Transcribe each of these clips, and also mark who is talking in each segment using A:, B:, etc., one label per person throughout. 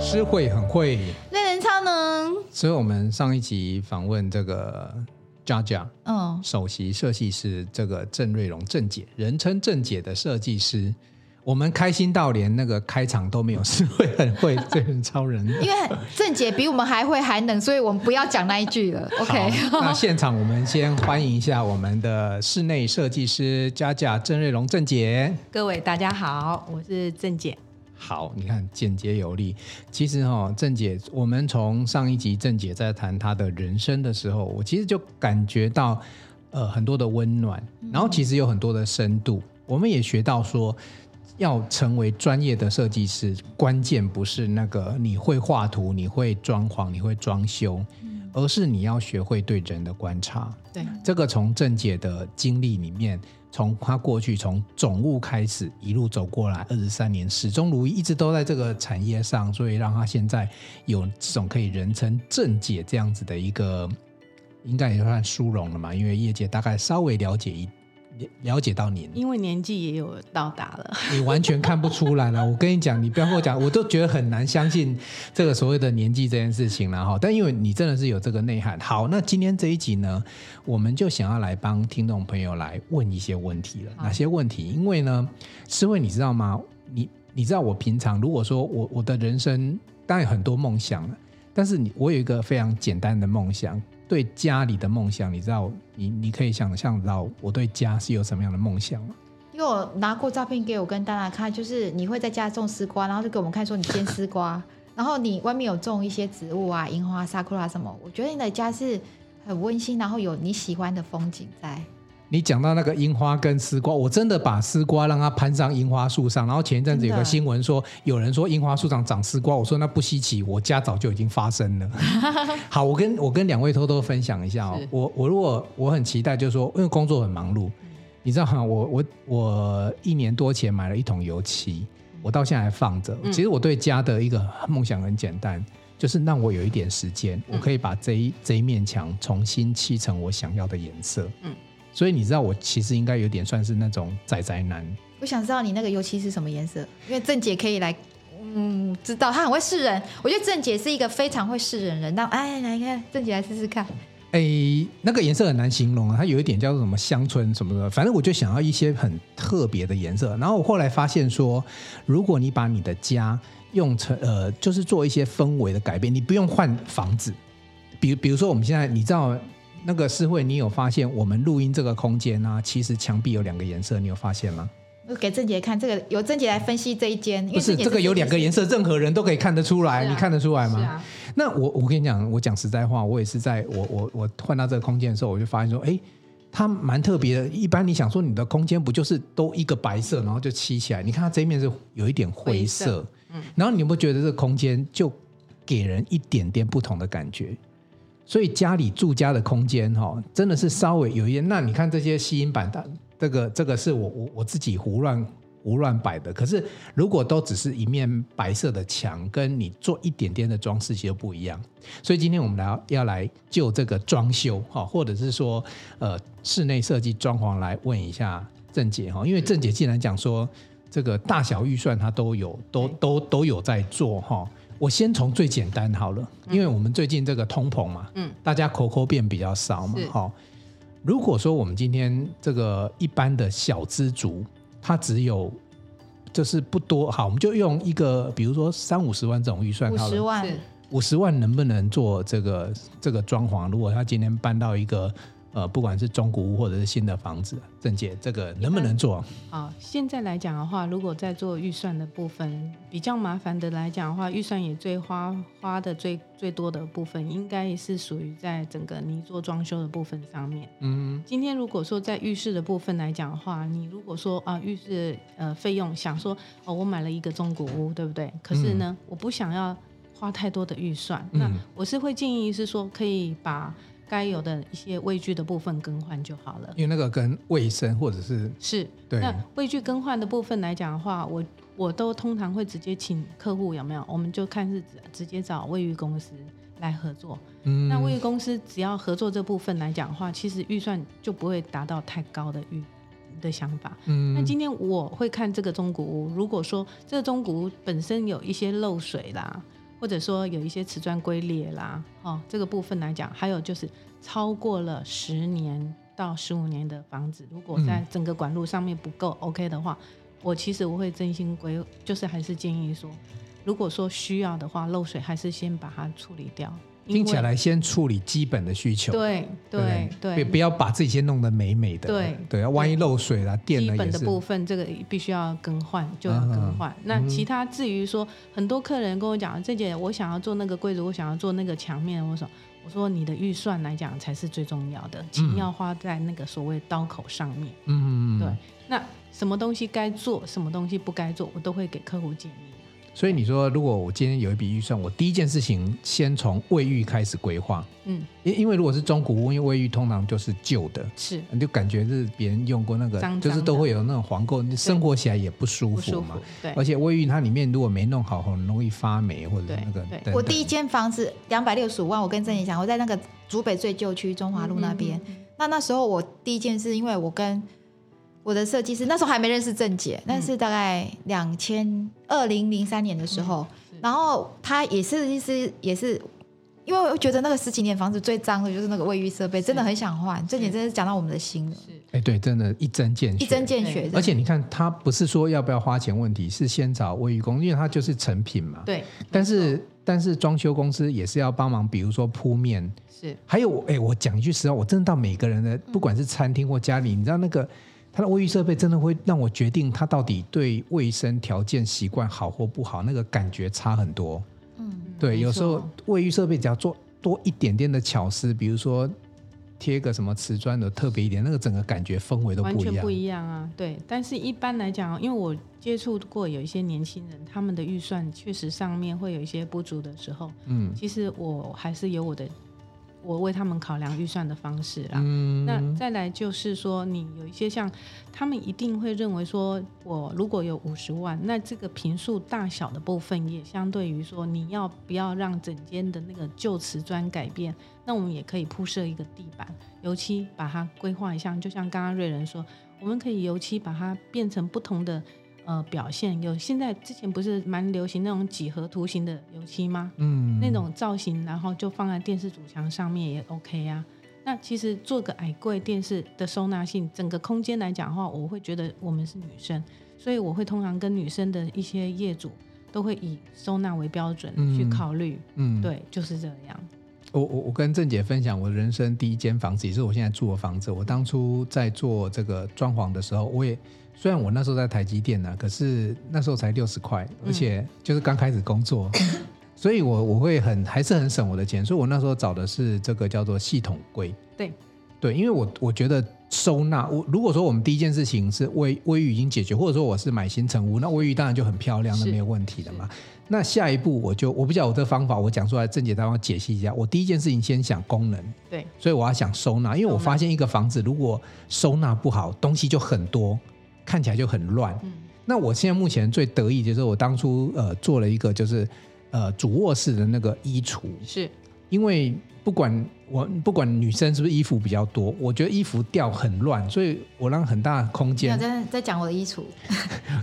A: 师会很会，
B: 瑞仁超能，
A: 所以我们上一集访问这个佳佳
B: 嗯，
A: 首席设计师，这个郑瑞荣郑姐，人称郑姐的设计师，我们开心到连那个开场都没有，是会很会这人超人的。
B: 因为郑姐比我们还会寒冷，所以我们不要讲那一句 了。OK，
A: 好那现场我们先欢迎一下我们的室内设计师佳佳郑瑞荣郑姐。
C: 各位大家好，我是郑姐。
A: 好，你看简洁有力。其实哈、哦，郑姐，我们从上一集郑姐在谈她的人生的时候，我其实就感觉到呃很多的温暖，然后其实有很多的深度。我们也学到说，要成为专业的设计师，关键不是那个你会画图、你会装潢、你会装修，而是你要学会对人的观察。
C: 对，
A: 这个从郑姐的经历里面，从她过去从总务开始一路走过来，二十三年始终如一，一直都在这个产业上，所以让她现在有这种可以人称郑姐这样子的一个，应该也算殊荣了嘛，因为业界大概稍微了解一了解到您，
C: 因为年纪也有到达了，
A: 你完全看不出来 了。我跟你讲，你不要跟我讲，我都觉得很难相信这个所谓的年纪这件事情了哈。但因为你真的是有这个内涵，好，那今天这一集呢，我们就想要来帮听众朋友来问一些问题了。
C: 好
A: 哪些问题？因为呢，思慧，你知道吗？你你知道我平常如果说我我的人生当然有很多梦想了，但是你我有一个非常简单的梦想。对家里的梦想，你知道，你你可以想象到我对家是有什么样的梦想吗？
B: 因为我拿过照片给我跟大家看，就是你会在家种丝瓜，然后就给我们看说你煎丝 瓜，然后你外面有种一些植物啊，樱花、萨库拉什么。我觉得你的家是很温馨，然后有你喜欢的风景在。
A: 你讲到那个樱花跟丝瓜，我真的把丝瓜让它攀上樱花树上。然后前一阵子有个
B: 真的
A: 新闻说，有人说樱花树上长丝瓜，我说那不稀奇，我家早就已经发生 了。好，我跟我跟两位偷偷分享一下哦
C: 是，
A: 我我如果我很期待，就是说，因为工作很忙碌，你知道哈，我我我一年多前买了一桶油漆，我到现在还放着。
C: 嗯
A: 其实我对家的一个梦想很简单，就是让我有一点时间，
C: 嗯
A: 我可以把这一这一面墙重新漆成我想要的颜色。嗯
C: 嗯，
A: 所以你知道我其实应该有点算是那种宅宅男，
B: 我想知道你那个油漆是什么颜色，因为郑姐可以来，嗯，知道她很会示人。我觉得郑姐是一个非常会示人人。那哎，来看郑姐来试试看。
A: 诶，哎那个颜色很难形容啊，它有一点叫做什么乡村什么的，反正我就想要一些很特别的颜色。然后我后来发现说，如果你把你的家用成呃，就是做一些氛围的改变，你不用换房子，比如比如说我们现在你知道那个诗慧，你有发现我们录音这个空间啊，其实墙壁有两个颜色，你有发现吗？
B: 我给郑姐看这个，由郑姐来分析这一间，因
A: 不
B: 为
A: 是
B: 郑姐
A: 这个有两个
B: 设计师
A: 颜色，任何人都可以看得出来，
C: 是啊
A: 你看得出来吗？
C: 是啊
A: 那我我跟你讲，我讲实在话，我也是在我我我换到这个空间的时候，我就发现说，哎，它蛮特别的。一般你想说你的空间不就是都一个白色，然后就漆起来？你看它这一面是有一点灰色，
C: 灰色嗯
A: 然后你有没有觉得这个空间就给人一点点不同的感觉？所以家里住家的空间哈、哦，真的是稍微有一点。那你看这些吸音板，它这个这个是我我我自己胡乱胡乱摆的。可是如果都只是一面白色的墙，跟你做一点点的装饰，其实不一样。所以今天我们来要来就这个装修哈、哦，或者是说呃室内设计装潢来问一下郑姐哈、哦，因为郑姐既然讲说这个大小预算她都有都都都有在做哈、哦。我先从最简单好了，因为我们最近这个通膨嘛，
C: 嗯，
A: 大家口口变比较少嘛
C: 是，
A: 哈、如果说我们今天这个一般的小资族，他只有就是不多，好，我们就用一个比如说三五十万这种预算
B: 五
A: 好
B: 十
A: 了，
B: 万，
C: 是
A: 五十万能不能做这个这个装潢？如果他今天搬到一个呃，不管是中古屋或者是新的房子，郑姐这个能不能做？
C: 啊。现在来讲的话，如果在做预算的部分，比较麻烦的来讲的话，预算也最花花的最最多的部分，应该是属于在整个泥做装修的部分上面。
A: 嗯，
C: 今天如果说在浴室的部分来讲的话，你如果说啊浴室呃费用想说哦我买了一个中古屋，对不对？可是呢，我不想要花太多的预算，
A: 嗯
C: 那我是会建议是说可以把该有的一些卫具的部分更换就好了。
A: 因为那个跟卫生或者是
C: 是，
A: 对
C: 那卫具更换的部分来讲的话，我我都通常会直接请客户有没有，我们就看是直直接找卫浴公司来合作。
A: 嗯，
C: 那卫浴公司只要合作这部分来讲的话，其实预算就不会达到太高的预的想法。
A: 嗯
C: 那今天我会看这个中古屋，如果说这个中古屋本身有一些漏水啦，或者说有一些瓷砖龟裂啦，哦，这个部分来讲，还有就是超过了十年到十五年的房子，如果
A: 嗯
C: 在整个管路上面不够 OK 的话，我其实我会真心规，就是还是建议说，如果说需要的话，漏水还是先把它处理掉。因为
A: 听起来先处理基本的需求，
C: 对对
A: 不
C: 对，
A: 别不要把自己先弄得美美的，
C: 对
A: 对，万一漏水了、电
C: 基
A: 了
C: 本
A: 也
C: 的
A: 是，啊
C: 部分，这个必须要更换，就要更换。那
A: 嗯
C: 其他至于说，很多客人跟我讲，这姐，我想要做那个柜子，我想要做那个墙面，我说，我说你的预算来讲才是最重要的，请要花在那个所谓刀口上面。
A: 嗯，嗯嗯
C: 对，那什么东西该做，什么东西不该做，我都会给客户建议。
A: 所以你说，如果我今天有一笔预算，我第一件事情先从卫浴开始规划，
C: 嗯，
A: 因因为如果是中古屋，因为卫浴通常就是旧的，
C: 是
A: 你就感觉是别人用过那个，
C: 脏脏的
A: 就是都会有那种黄垢，你生活起来也不舒
C: 不
A: 服
C: 舒
A: 嘛
C: 服。，对
A: 而且卫浴它里面如果没弄好，很容易发霉或者
C: 对
A: 那个
C: 对
A: 等等。
B: 我第一间房子两百六十五万，我跟郑姐讲，我在那个竹北最旧区中华路那边。那那时候我第一件事，因为我跟我的设计师那时候还没认识郑姐，那是大概两千二零零三年的时候，
C: 是
B: 然后他也是意思也是。因为我觉得那个十几年房子最脏的就是那个卫浴设备，真的很想换。郑姐真的是讲到我们的心了，
C: 是
A: 哎，对，真的，一针见血，
B: 一针见血。
C: 对
B: 真的
A: 而且你看，它不是说要不要花钱问题，是先找卫浴公司，因为它就是成品嘛。
C: 对
A: 但是但是装修公司也是要帮忙，比如说铺面，
C: 是
A: 还有我哎，我讲一句实话，我真的到每个人的，
C: 嗯
A: 不管是餐厅或家里，你知道那个它的卫浴设备真的会让我决定它到底对卫生条件习惯好或不好，那个感觉差很多。
B: 嗯，
A: 对，
C: 没
A: 有时候
C: 错
A: 卫浴设备只要做多一点点的巧思，比如说贴个什么瓷砖的特别一点，那个整个感觉氛围都
C: 完
A: 不一
C: 全
A: 样
C: 不。一样啊，对。但是一般来讲，因为我接触过有一些年轻人，他们的预算确实上面会有一些不足的时候，
A: 嗯
C: 其实我还是有我的，我为他们考量预算的方式啦。
A: 嗯，
C: 那再来就是说，你有一些像他们一定会认为说，我如果有五十万，那这个平数大小的部分也相对于说，你要不要让整间的那个旧瓷砖改变？那我们也可以铺设一个地板，油漆把它规划一下，就像刚刚瑞仁说，我们可以油漆把它变成不同的。呃，表现有现在之前不是蛮流行那种几何图形的油漆吗？
A: 嗯
C: 那种造型，然后就放在电视主墙上面也 OK 啊。那其实做个矮柜电视的收纳性，整个空间来讲的话，我会觉得我们是女生，所以我会通常跟女生的一些业主都会以收纳为标准
A: 嗯
C: 去考虑。
A: 嗯，
C: 对，就是这样。
A: 我我我跟郑姐分享我人生第一间房子，也是我现在住的房子。我当初在做这个装潢的时候，我也虽然我那时候在台积电呢、啊可是那时候才六十块，而且就是刚开始工作， 所以我我会很还是很省我的钱，所以我那时候找的是这个叫做系统柜。
C: 对
A: 对，因为我我觉得收纳，我如果说我们第一件事情是卫卫浴已经解决，或者说我是买新城屋，那卫浴当然就很漂亮，那
C: 是
A: 没有问题的嘛。那下一步我就我不晓得我这方法，我讲出来，郑姐她帮我解析一下。我第一件事情先想功能，
C: 对，
A: 所以我要想收纳，因为我
C: 收纳
A: 发现一个房子如果收纳不好，东西就很多，看起来就很乱。
C: 嗯，
A: 那我现在目前最得意的就是我当初呃做了一个就是呃主卧室的那个衣橱，
C: 是
A: 因为不管我不管女生是不是衣服比较多，我觉得衣服掉很乱，所以我让很大的空
B: 没有
A: 间，
C: 啊
B: 在在讲我的衣橱，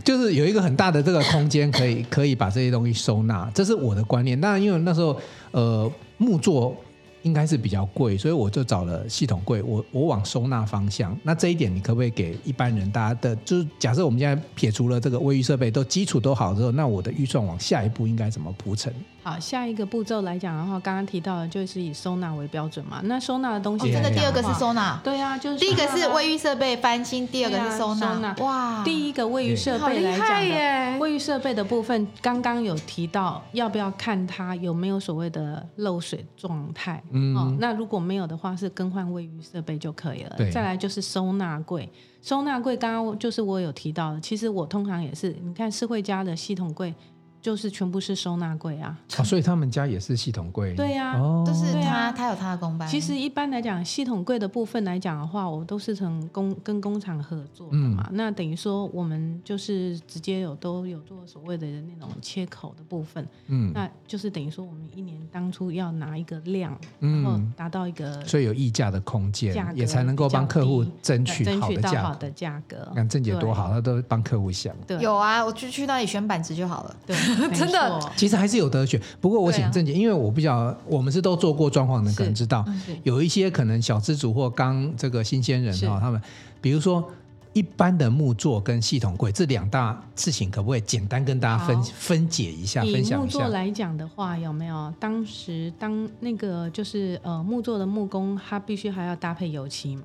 A: 就是有一个很大的这个空间可以可以把这些东西收纳，这是我的观念。那因为那时候呃木作应该是比较贵，所以我就找了系统柜，我我往收纳方向。那这一点你可不可以给一般人大家的，就是假设我们现在撇除了这个卫浴设备都基础都好之后，那我的预算往下一步应该怎么铺陈？
C: 好。下一个步骤来讲的话，刚刚提到的就是以收纳为标准嘛。那收纳的东
B: 哦，
C: 西
A: 对
C: 来
B: 真的
C: 讲话，
B: 第二个是收纳，
C: 对啊，就是
B: 第一个
C: 收纳
B: 是
C: 啊
B: 卫浴设备翻新，第二个是收
C: 对啊收
B: 纳
C: 纳。
B: 哇，
C: 第一个卫浴设
B: 好
C: 备
B: 厉
C: 来
B: 害
C: 讲
B: 耶
C: 的，卫浴设备的部分，刚刚有提到要不要看它有没有所谓的漏水状态。
A: 嗯
C: 哦，那如果没有的话，是更换卫浴设备就可以了
A: 对。
C: 再来就是收纳柜，收纳柜刚刚就是我有提到的，其实我通常也是，你看世会家的系统柜就是全部是收纳柜啊。
A: 哦，所以他们家也是系统柜，
C: 对呀
A: 哦
B: 都是
C: 对
B: 他，
C: 啊
B: 他有他的公班。
C: 其实一般来讲，系统柜的部分来讲的话，我都是从工跟工厂合作的嘛。
A: 嗯
C: 那等于说，我们就是直接有都有做所谓的那种切口的部分，
A: 嗯
C: 那就是等于说，我们一年当初要拿一个量，然后
A: 嗯，
C: 达到一个
A: 所以有议价的空
C: 价
A: 间，
C: 格
A: 也才能够帮客户
C: 比较低
A: 争取
C: 争
A: 好
C: 取
A: 的
C: 到
A: 价
C: 好
A: 格。嗯
C: 的价格
A: 你。看郑姐多好，她都帮客户想。
C: 对，
B: 有啊，我就去那里选板子就好了。
C: 对，
B: 真的
C: 没错
A: 其实还是有得选。不过我
B: 对
A: 请
B: 啊
A: 郑姐，因为我比较我们是都做过装潢的，
C: 是
A: 可能知道
C: 嗯是
A: 有一些可能小资主或刚这个新鲜人
C: 是
A: 哈、他们比如说。一般的木作跟系统柜这两大事情，可不可以简单跟大家分
C: 好
A: 分解一下，分
C: 以
A: 享
C: 木
A: 一
C: 作
A: 下？
C: 来讲的话，有没有当时当那个就是呃木作的木工，他必须还要搭配油漆嘛？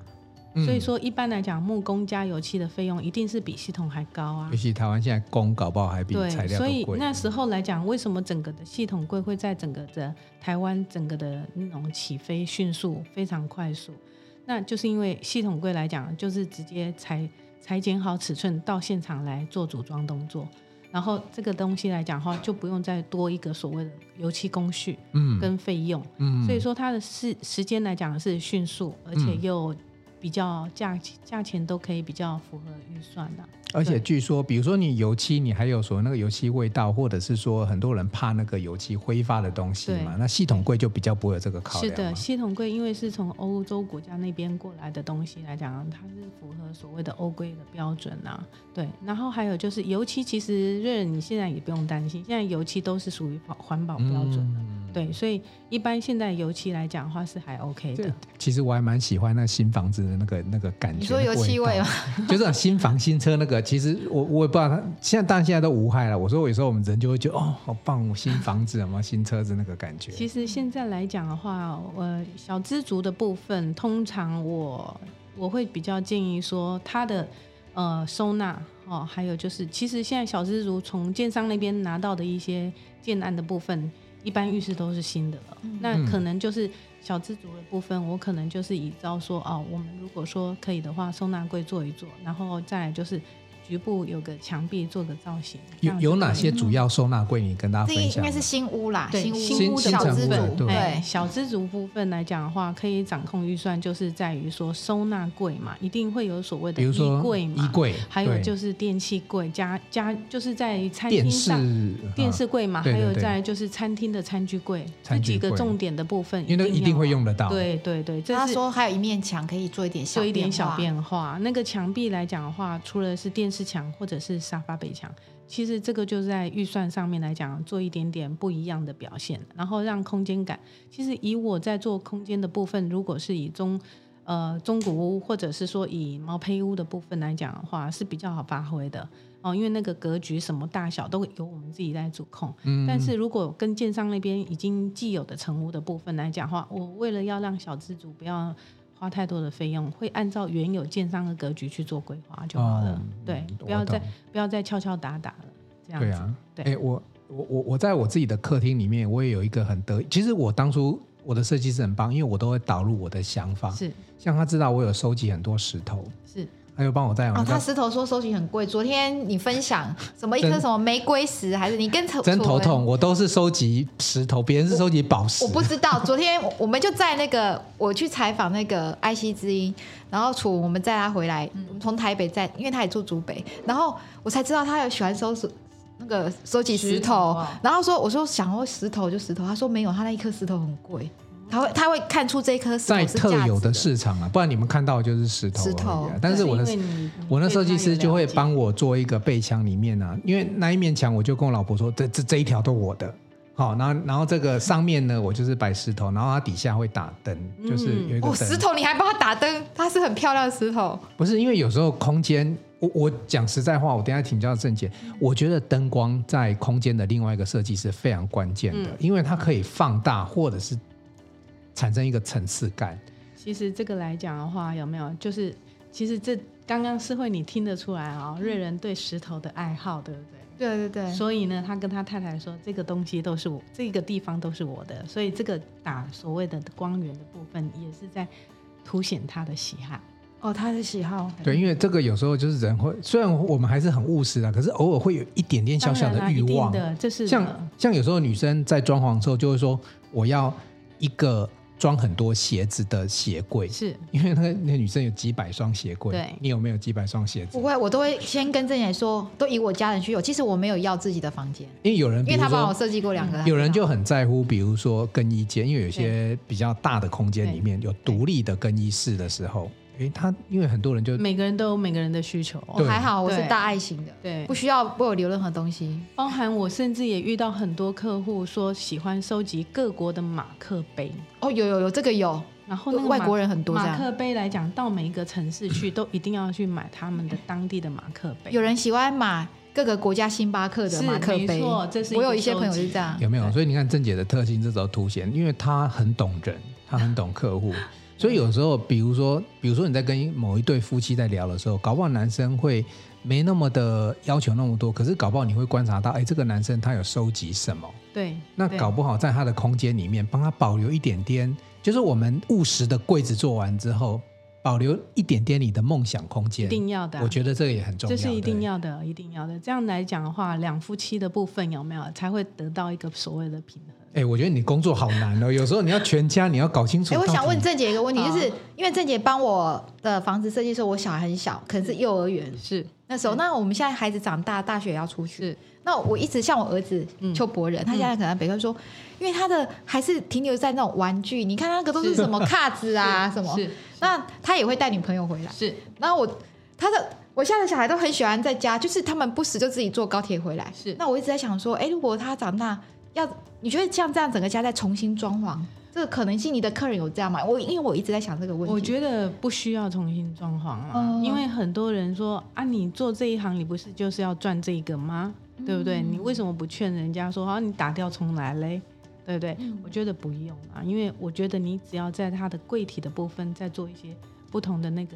A: 嗯
C: 所以说一般来讲，木工加油漆的费用一定是比系统还高啊
A: 尤。其台湾现在工搞不好还比
C: 对
A: 材，料
C: 所
A: 都
C: 以
A: 贵。
C: 那时候来讲，为什么整个的系统柜会在整个的台湾整个的那种起飞迅速，非常快速？那就是因为系统柜来讲，就是直接裁裁剪好尺寸到现场来做组装动作，然后这个东西来讲的话，就不用再多一个所谓的油漆工序
A: 嗯
C: 跟费用，
A: 嗯
C: 所以说它的时时间来讲是迅速，而且
A: 嗯
C: 又比较价价钱都可以比较符合预算的、
A: 而且据说，比如说你油漆，你还有所谓那个油漆味道，或者是说很多人怕那个油漆挥发的东西嘛，
C: 对
A: 那系统柜就比较不会有这个考
C: 是
A: 量
C: 的，
A: 嘛
C: 系统柜因为是从欧洲国家那边过来的东西来讲，它是符合所谓的欧规的标准啊。对，然后还有就是油漆，其实瑞仁你现在也不用担心，现在油漆都是属于环环保标准的。
A: 嗯
C: 对，所以一般现在油漆来讲的话是还 OK
A: 对
C: 的。
A: 其实我还蛮喜欢那新房子的那个那个感觉，
B: 你说油漆味吗？
A: 那个道？ 就是那种新房新车那个。其实我我也不知道它，现在当然现在都无害了。我说我有时候我们人就会觉得哦，好棒，我新房子什么新车子那个感觉。
C: 其实现在来讲的话，呃，小资族的部分，通常我我会比较建议说，它的呃收纳哦，还有就是，其实现在小资族从建商那边拿到的一些建案的部分，一般浴室都是新的了。
A: 嗯
C: 那可能就是小资族的部分，我可能就是依照说哦，我们如果说可以的话，收纳柜做一做，然后再来就是局部有个墙壁做个造型。这
A: 有
C: 样就
A: 有
C: 可以
A: 哪
C: 了
A: 些主要收纳柜？你跟大家
B: 这
A: 分
B: 应
A: 享
B: 该是
A: 吗。
B: 新屋啦，
C: 对
B: 屋
C: 啊新屋的
B: 小
C: 部
B: 资
C: 分
B: 主，
A: 对
B: 对，
C: 哎小资族部分来讲的话，可以掌控预算，就是在于说收纳柜嘛，一定会有所谓的
A: 比如说
C: 衣柜嘛，
A: 衣柜，
C: 还有
A: 对
C: 就是电器柜、家家就是在于餐
A: 电
C: 厅
A: 视
C: 上。电
A: 啊
C: 视柜嘛，
A: 对对
C: 还有
A: 对
C: 再来就是餐厅的餐具柜，这
A: 餐具
C: 几个
A: 柜
C: 重点的部分，
A: 因为那个一定会
C: 要。
A: 用得到。
C: 对对对，这
B: 他
C: 是
B: 说还有一面墙可以做一点小
C: 做一点小
B: 化，
C: 变化。那个墙壁来讲的话，除了是电视墙或者是沙发北墙，其实这个就在预算上面来讲做一点点不一样的表现，然后让空间感。其实以我在做空间的部分，如果是以中呃中古屋或者是说以毛坯屋的部分来讲的话，是比较好发挥的哦，因为那个格局什么大小都由我们自己来主控。
A: 嗯
C: 但是如果跟建商那边已经既有的成屋的部分来讲的话，我为了要让小资主不要花太多的费用，会按照原有建商的格局去做规划就好了。
A: 哦
C: 对
A: 嗯，
C: 不要再
A: 我懂
C: 不要再敲敲打打了，这样子。
A: 对啊，
C: 对
A: 哎、我我我我在我自己的客厅里面，我也有一个很得意。其实我当初我的设计师很棒，因为我都会导入我的想法。
C: 是
A: 像他知道我有收集很多石头，
C: 是，
A: 他又帮我在
B: 哦，
A: 那
B: 他
A: 个
B: 石头说收集很贵，昨天你分享什么一
A: 真
B: 颗什么玫瑰石，还是你跟
A: 真头？
B: 楚文
A: 痛，我都是收集石头，别人是收集宝石。
B: 我不知道，昨天我们就在那个我去采访那个爱惜之音，然后楚我们载他回来，我们从台北载，因为他也住竹北，然后我才知道他有喜欢收拾那个收集石
C: 石
B: 头，
C: 头啊
B: 然后说我说想要石头就石头，他说没有，他那一颗石头很贵，他会他会看出这一颗石头
A: 在
B: 是价值
A: 特有的
B: 的，
A: 市场啊，不然你们看到的就是石头而已啊、
B: 石头
A: 但是我的
C: 因为嗯你
A: 我那
C: 对
A: 设计
C: 它有
A: 师就会
C: 了解
A: 帮我做一个背墙里面啊，因为那一面墙我就跟我老婆说，这这这一条都我的。好，然后然后这个上面呢，我就是摆石头，然后它底下会打灯，
C: 嗯
A: 就是有一个
B: 哦，
A: 灯。
B: 石头你还帮他打灯，它是很漂亮的石头，
A: 不是因为有时候空间，我我讲实在话，我等一下请教郑姐，
C: 嗯
A: 我觉得灯光在空间的另外一个设计是非常关键的，
C: 嗯
A: 因为它可以放大或者是产生一个层次感。
C: 其实这个来讲的话，有没有就是其实这刚刚是会你听得出来
A: 嗯
C: 啊、瑞仁对石头的爱好，对不对？
B: 对对对，
C: 所以呢，他跟他太太说，这个东西都是我，这个地方都是我的，所以这个打所谓的光源的部分，也是在凸显他的喜好。
B: 哦，他的喜好，
A: 对，因为这个有时候就是人会，虽然我们还是很务实啊的，可是偶尔会有一点点小小
C: 当然啦
A: 欲
C: 一定
A: 望。
C: 的，这是呃
A: 像像有时候女生在装潢的时候就会说，我要一个装很多鞋子的鞋柜，
C: 是
A: 因为那个那女生有几百双鞋柜，
C: 对
A: 你有没有几百双鞋子
B: 不？会，我都会先跟郑姐说，都以我家人需求，其实我没有要自己的房间。
A: 因为有人，
B: 因
A: 比
B: 为
A: 如
B: 他帮我
A: 说
B: 设计过两个，
A: 有人就很在乎，比如说更衣间，因为有些比较大的空间里面有独立的更衣室的时候，诶，他因为很多人就
C: 每个人都有每个人的需求，
A: 对
B: 我哦还好，我是
C: 对
B: 大爱型的，
C: 对
B: 不需要为我留任何东西。
C: 包含我甚至也遇到很多客户说喜欢收集各国的马克杯，
B: 哦，有有有，这个有，
C: 然后那个
B: 外国
C: 人
B: 人很多这
C: 马
B: 样。
C: 克杯来讲，到每一个城市去都一定要去买他们的当地的马克杯。
B: 有人喜欢买各个国家星巴克的
C: 是
B: 马克
C: 没
B: 杯，
C: 错，这是
B: 我有
C: 个
B: 一些
C: 收
B: 朋友
C: 集
B: 是这样
A: 有没有？
C: 对
A: 所以你看郑姐的特性这时候凸显，因为她很懂人，她很懂客 户，所以有时候，比如说，比如说你在跟某一对夫妻在聊的时候，搞不好男生会没那么的要求那么多，可是搞不好你会观察到，哎，这个男生他有收集什么，
C: 对，
A: 那
C: 对
A: 搞不好在他的空间里面帮他保留一点点，就是我们务实的柜子做完之后，保留一点点你的梦想空间，
C: 一定要的啊、
A: 我觉得这个也很重要，
C: 这是一
A: 对
C: 定要的，一定要的。这样来讲的话，两夫妻的部分有没有才会得到一个所谓的平衡？
A: 哎、我觉得你工作好难哦，有时候你要全家，你要搞清楚
B: 哎、
A: 到
B: 我
A: 底。
B: 想问郑姐一个问题，
C: 好
B: 就是因为郑姐帮我的房子设计的时候，我小孩很小，可能是幼儿园
C: 是
B: 那时候。那我们现在孩子长大，大学也要出去
C: 嗯是。
B: 那我一直像我儿子
C: 嗯
B: 邱博仁，他现在可能北科说，因为他的还是停留在那种玩具，你看他那个都是
C: 是
B: 什么卡子啊什么，
C: 是
B: 那他也会带女朋友回来。
C: 是
B: 然后我他的我现在的小孩都很喜欢在家，就是他们不时就自己坐高铁回来。
C: 是
B: 那我一直在想说，哎，如果他长大要，你觉得像这样整个家再重新装潢，这个可能性，你的客人有这样吗？我因为我一直在想这个问题。
C: 我
B: 得
C: 觉得不需要重新装潢啦，
B: 哦
C: 因为很多人说啊，你做这一行，你不是就是要赚这个吗？
B: 嗯
C: 对不对？你为什么不劝人家说，好、你打掉重来嘞？对不对？
B: 嗯
C: 我觉得不用啦，因为我觉得你只要在它的柜体的部分再做一些不同的那个，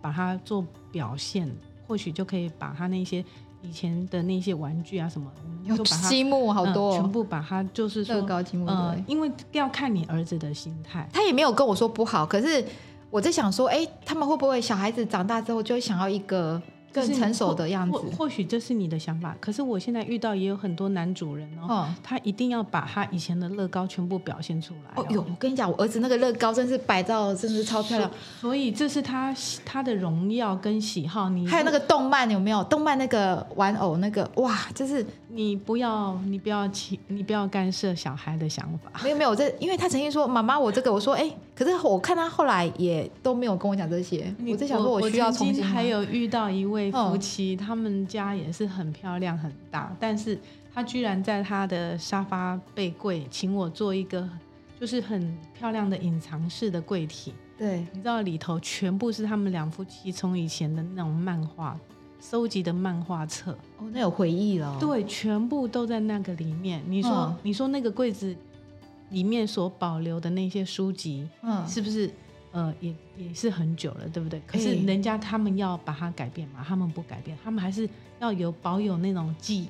C: 把它做表现，或许就可以把它那些以前的那些玩具啊什么，我们
B: 有
C: 就把它
B: 积木好多、
C: 嗯
B: 哦
C: 全部把它就是
B: 乐
C: 说，
B: 高积木。
C: 呃
B: 对，
C: 因为要看你儿子的心态。
B: 嗯他也没有跟我说不好，可是我在想说，哎，他们会不会小孩子长大之后就会想要一个更成熟的样子嗯
C: 或？或许这是你的想法，可是我现在遇到也有很多男主人哦，
B: 哦
C: 他一定要把他以前的乐高全部表现出来、
B: 哦哟，我跟你讲，我儿子那个乐高真是摆到真是超漂亮，
C: 所以这是他他的荣耀跟喜好。你
B: 还有那个动漫有没有？动漫那个玩偶那个，哇，就是
C: 你不要你不要起你不要干涉小孩的想法。
B: 没有没有，这因为他曾经说妈妈我这个，我说哎、可是我看他后来也都没有跟我讲这些，
C: 你
B: 我在想说
C: 我
B: 需要重
C: 曾经
B: 新吗
C: 还有遇到一位夫
B: 嗯
C: 妻，他们家也是很漂亮很大，但是他居然在他的沙发被柜请我做一个就是很漂亮的隐藏式的柜体。
B: 对
C: 你知道里头全部是他们两夫妻从以前的那种漫画收集的漫画册，
B: 哦，那有回忆了，，
C: 对，全部都在那个里面。你说，
B: 嗯
C: 你说那个柜子里面所保留的那些书籍，
B: 嗯，
C: 是不是呃也也是很久了，对不对？可是
B: 哎
C: 人家他们要把它改变嘛，他们不改变，他们还是要有保有那种记忆，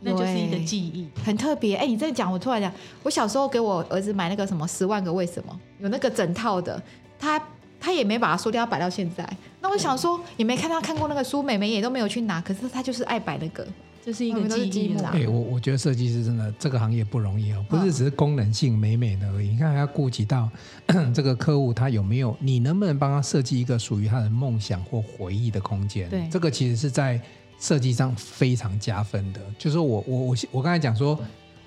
C: 那就是一个
B: 对
C: 记忆。
B: 很特别。哎、你这样讲，我突然想，我小时候给我儿子买那个什么《十万个为什么》，有那个整套的，他他也没把它收掉，摆到现在。那我想说，也没看他看过那个书，妹妹也都没有去拿，可是他就是爱摆那个。
C: 这是一
B: 我
C: 个
B: 们都
C: 记
B: 是积
C: 忆
B: 木
C: 啦
B: 啊
C: 嗯
A: 哎、我我觉得设计师真的这个行业不容易哦，不是只是功能性美美的而已，你看还要顾及到 这个客户他有没有，你能不能帮他设计一个属于他的梦想或回忆的空间？
C: 对
A: 这个其实是在设计上非常加分的。就是我我我我刚才讲说，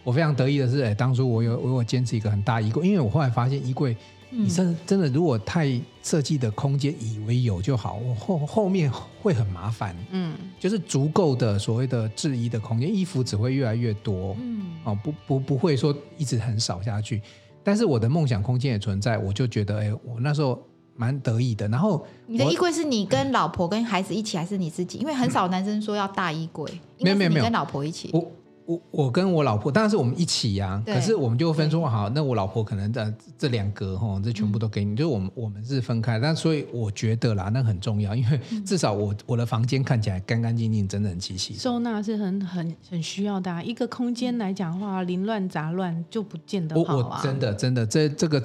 A: 我非常得意的是，哎、当初我有我有坚持一个很大衣柜，因为我后来发现衣柜。
C: 嗯
A: 你真真的，如果太设计的空间以为有就好，我后后面会很麻烦。
C: 嗯，
A: 就是足够的所谓的制衣的空间，衣服只会越来越多，
B: 嗯，
A: 哦，不不不会说一直很少下去。但是我的梦想空间也存在，我就觉得，哎，我那时候蛮得意的。然后
B: 你的
A: 我
B: 衣柜是你跟老婆跟孩子一起，还是你自己？因为很少男生说要大衣柜，应
A: 没有
B: 该是
A: 没有
B: 你
A: 没有
B: 跟老婆一起。
A: 我我我跟我老婆，当然是我们一起呀、
B: 对
A: 可是我们就分说好，那我老婆可能呃这两格哈，这全部都给
B: 嗯
A: 你，就是我们我们是分开。但所以我觉得啦，那很重要，因为
B: 嗯
A: 至少我我的房间看起来干干净净、整整齐齐的。
C: 收纳是很很很需要的、啊。一个空间来讲的话，凌乱杂乱就不见得
A: 我
C: 好
A: 我
C: 啊。
A: 真的真的，这这个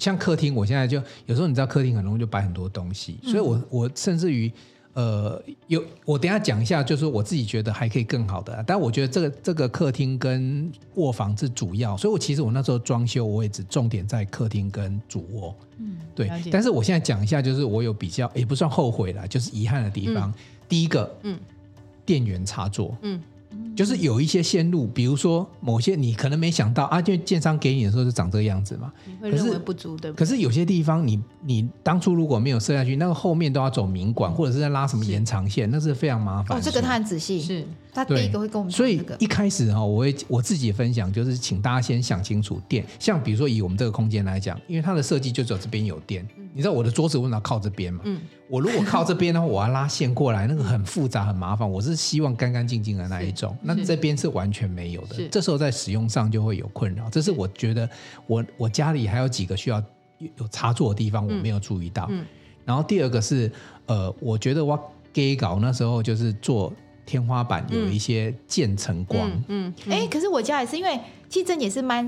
A: 像客厅，我现在就有时候你知道客厅很容易就摆很多东西，所以
C: 嗯
A: 我我甚至于呃有我等一下讲一下，就是我自己觉得还可以更好的啊、但我觉得这个这个客厅跟卧房是主要，所以我其实我那时候装修我也只重点在客厅跟主卧，嗯，对
C: 了解。
A: 但是我现在讲一下，就是我有比较也不算后悔啦，就是遗憾的地方。第一个，
C: 嗯，
A: 电源插座，
C: 嗯，
A: 就是有一些线路，比如说某些你可能没想到啊，就建商给你的时候就长这个样子嘛。
C: 你会
A: 可是
C: 认为不足，对不
A: 可
C: 对？
A: 是有些地方你，你当初如果没有设下去，那个后面都要走明管，或者是在拉什么延长线，那是非常麻烦
B: 哦，
A: 的。
B: 这个他很仔细，
C: 是
B: 他第一个会跟我们
A: 所
B: 讲这
A: 以
B: 个。
A: 一开始哈、我会我自己分享，就是请大家先想清楚电。像比如说以我们这个空间来讲，因为它的设计就只有这边有电，
B: 嗯
A: 你知道我的桌子为什么要靠这边嘛？
C: 嗯
A: 我如果靠这边的话，我要拉线过来，那个很复杂很麻烦。我是希望干干净净的那一种，那
C: 是
A: 这边是完全没有的
C: 是。
A: 这时候在使用上就会有困扰，这是我觉得我我家里还有几个需要有有插座的地方我没有注意到。
C: 嗯
A: 然后第二个是呃，我觉得我 gay 搞那时候就是做天花板有一些渐层光，
C: 嗯嗯，嗯
B: 哎、可是我家也是，因为其实这也是蛮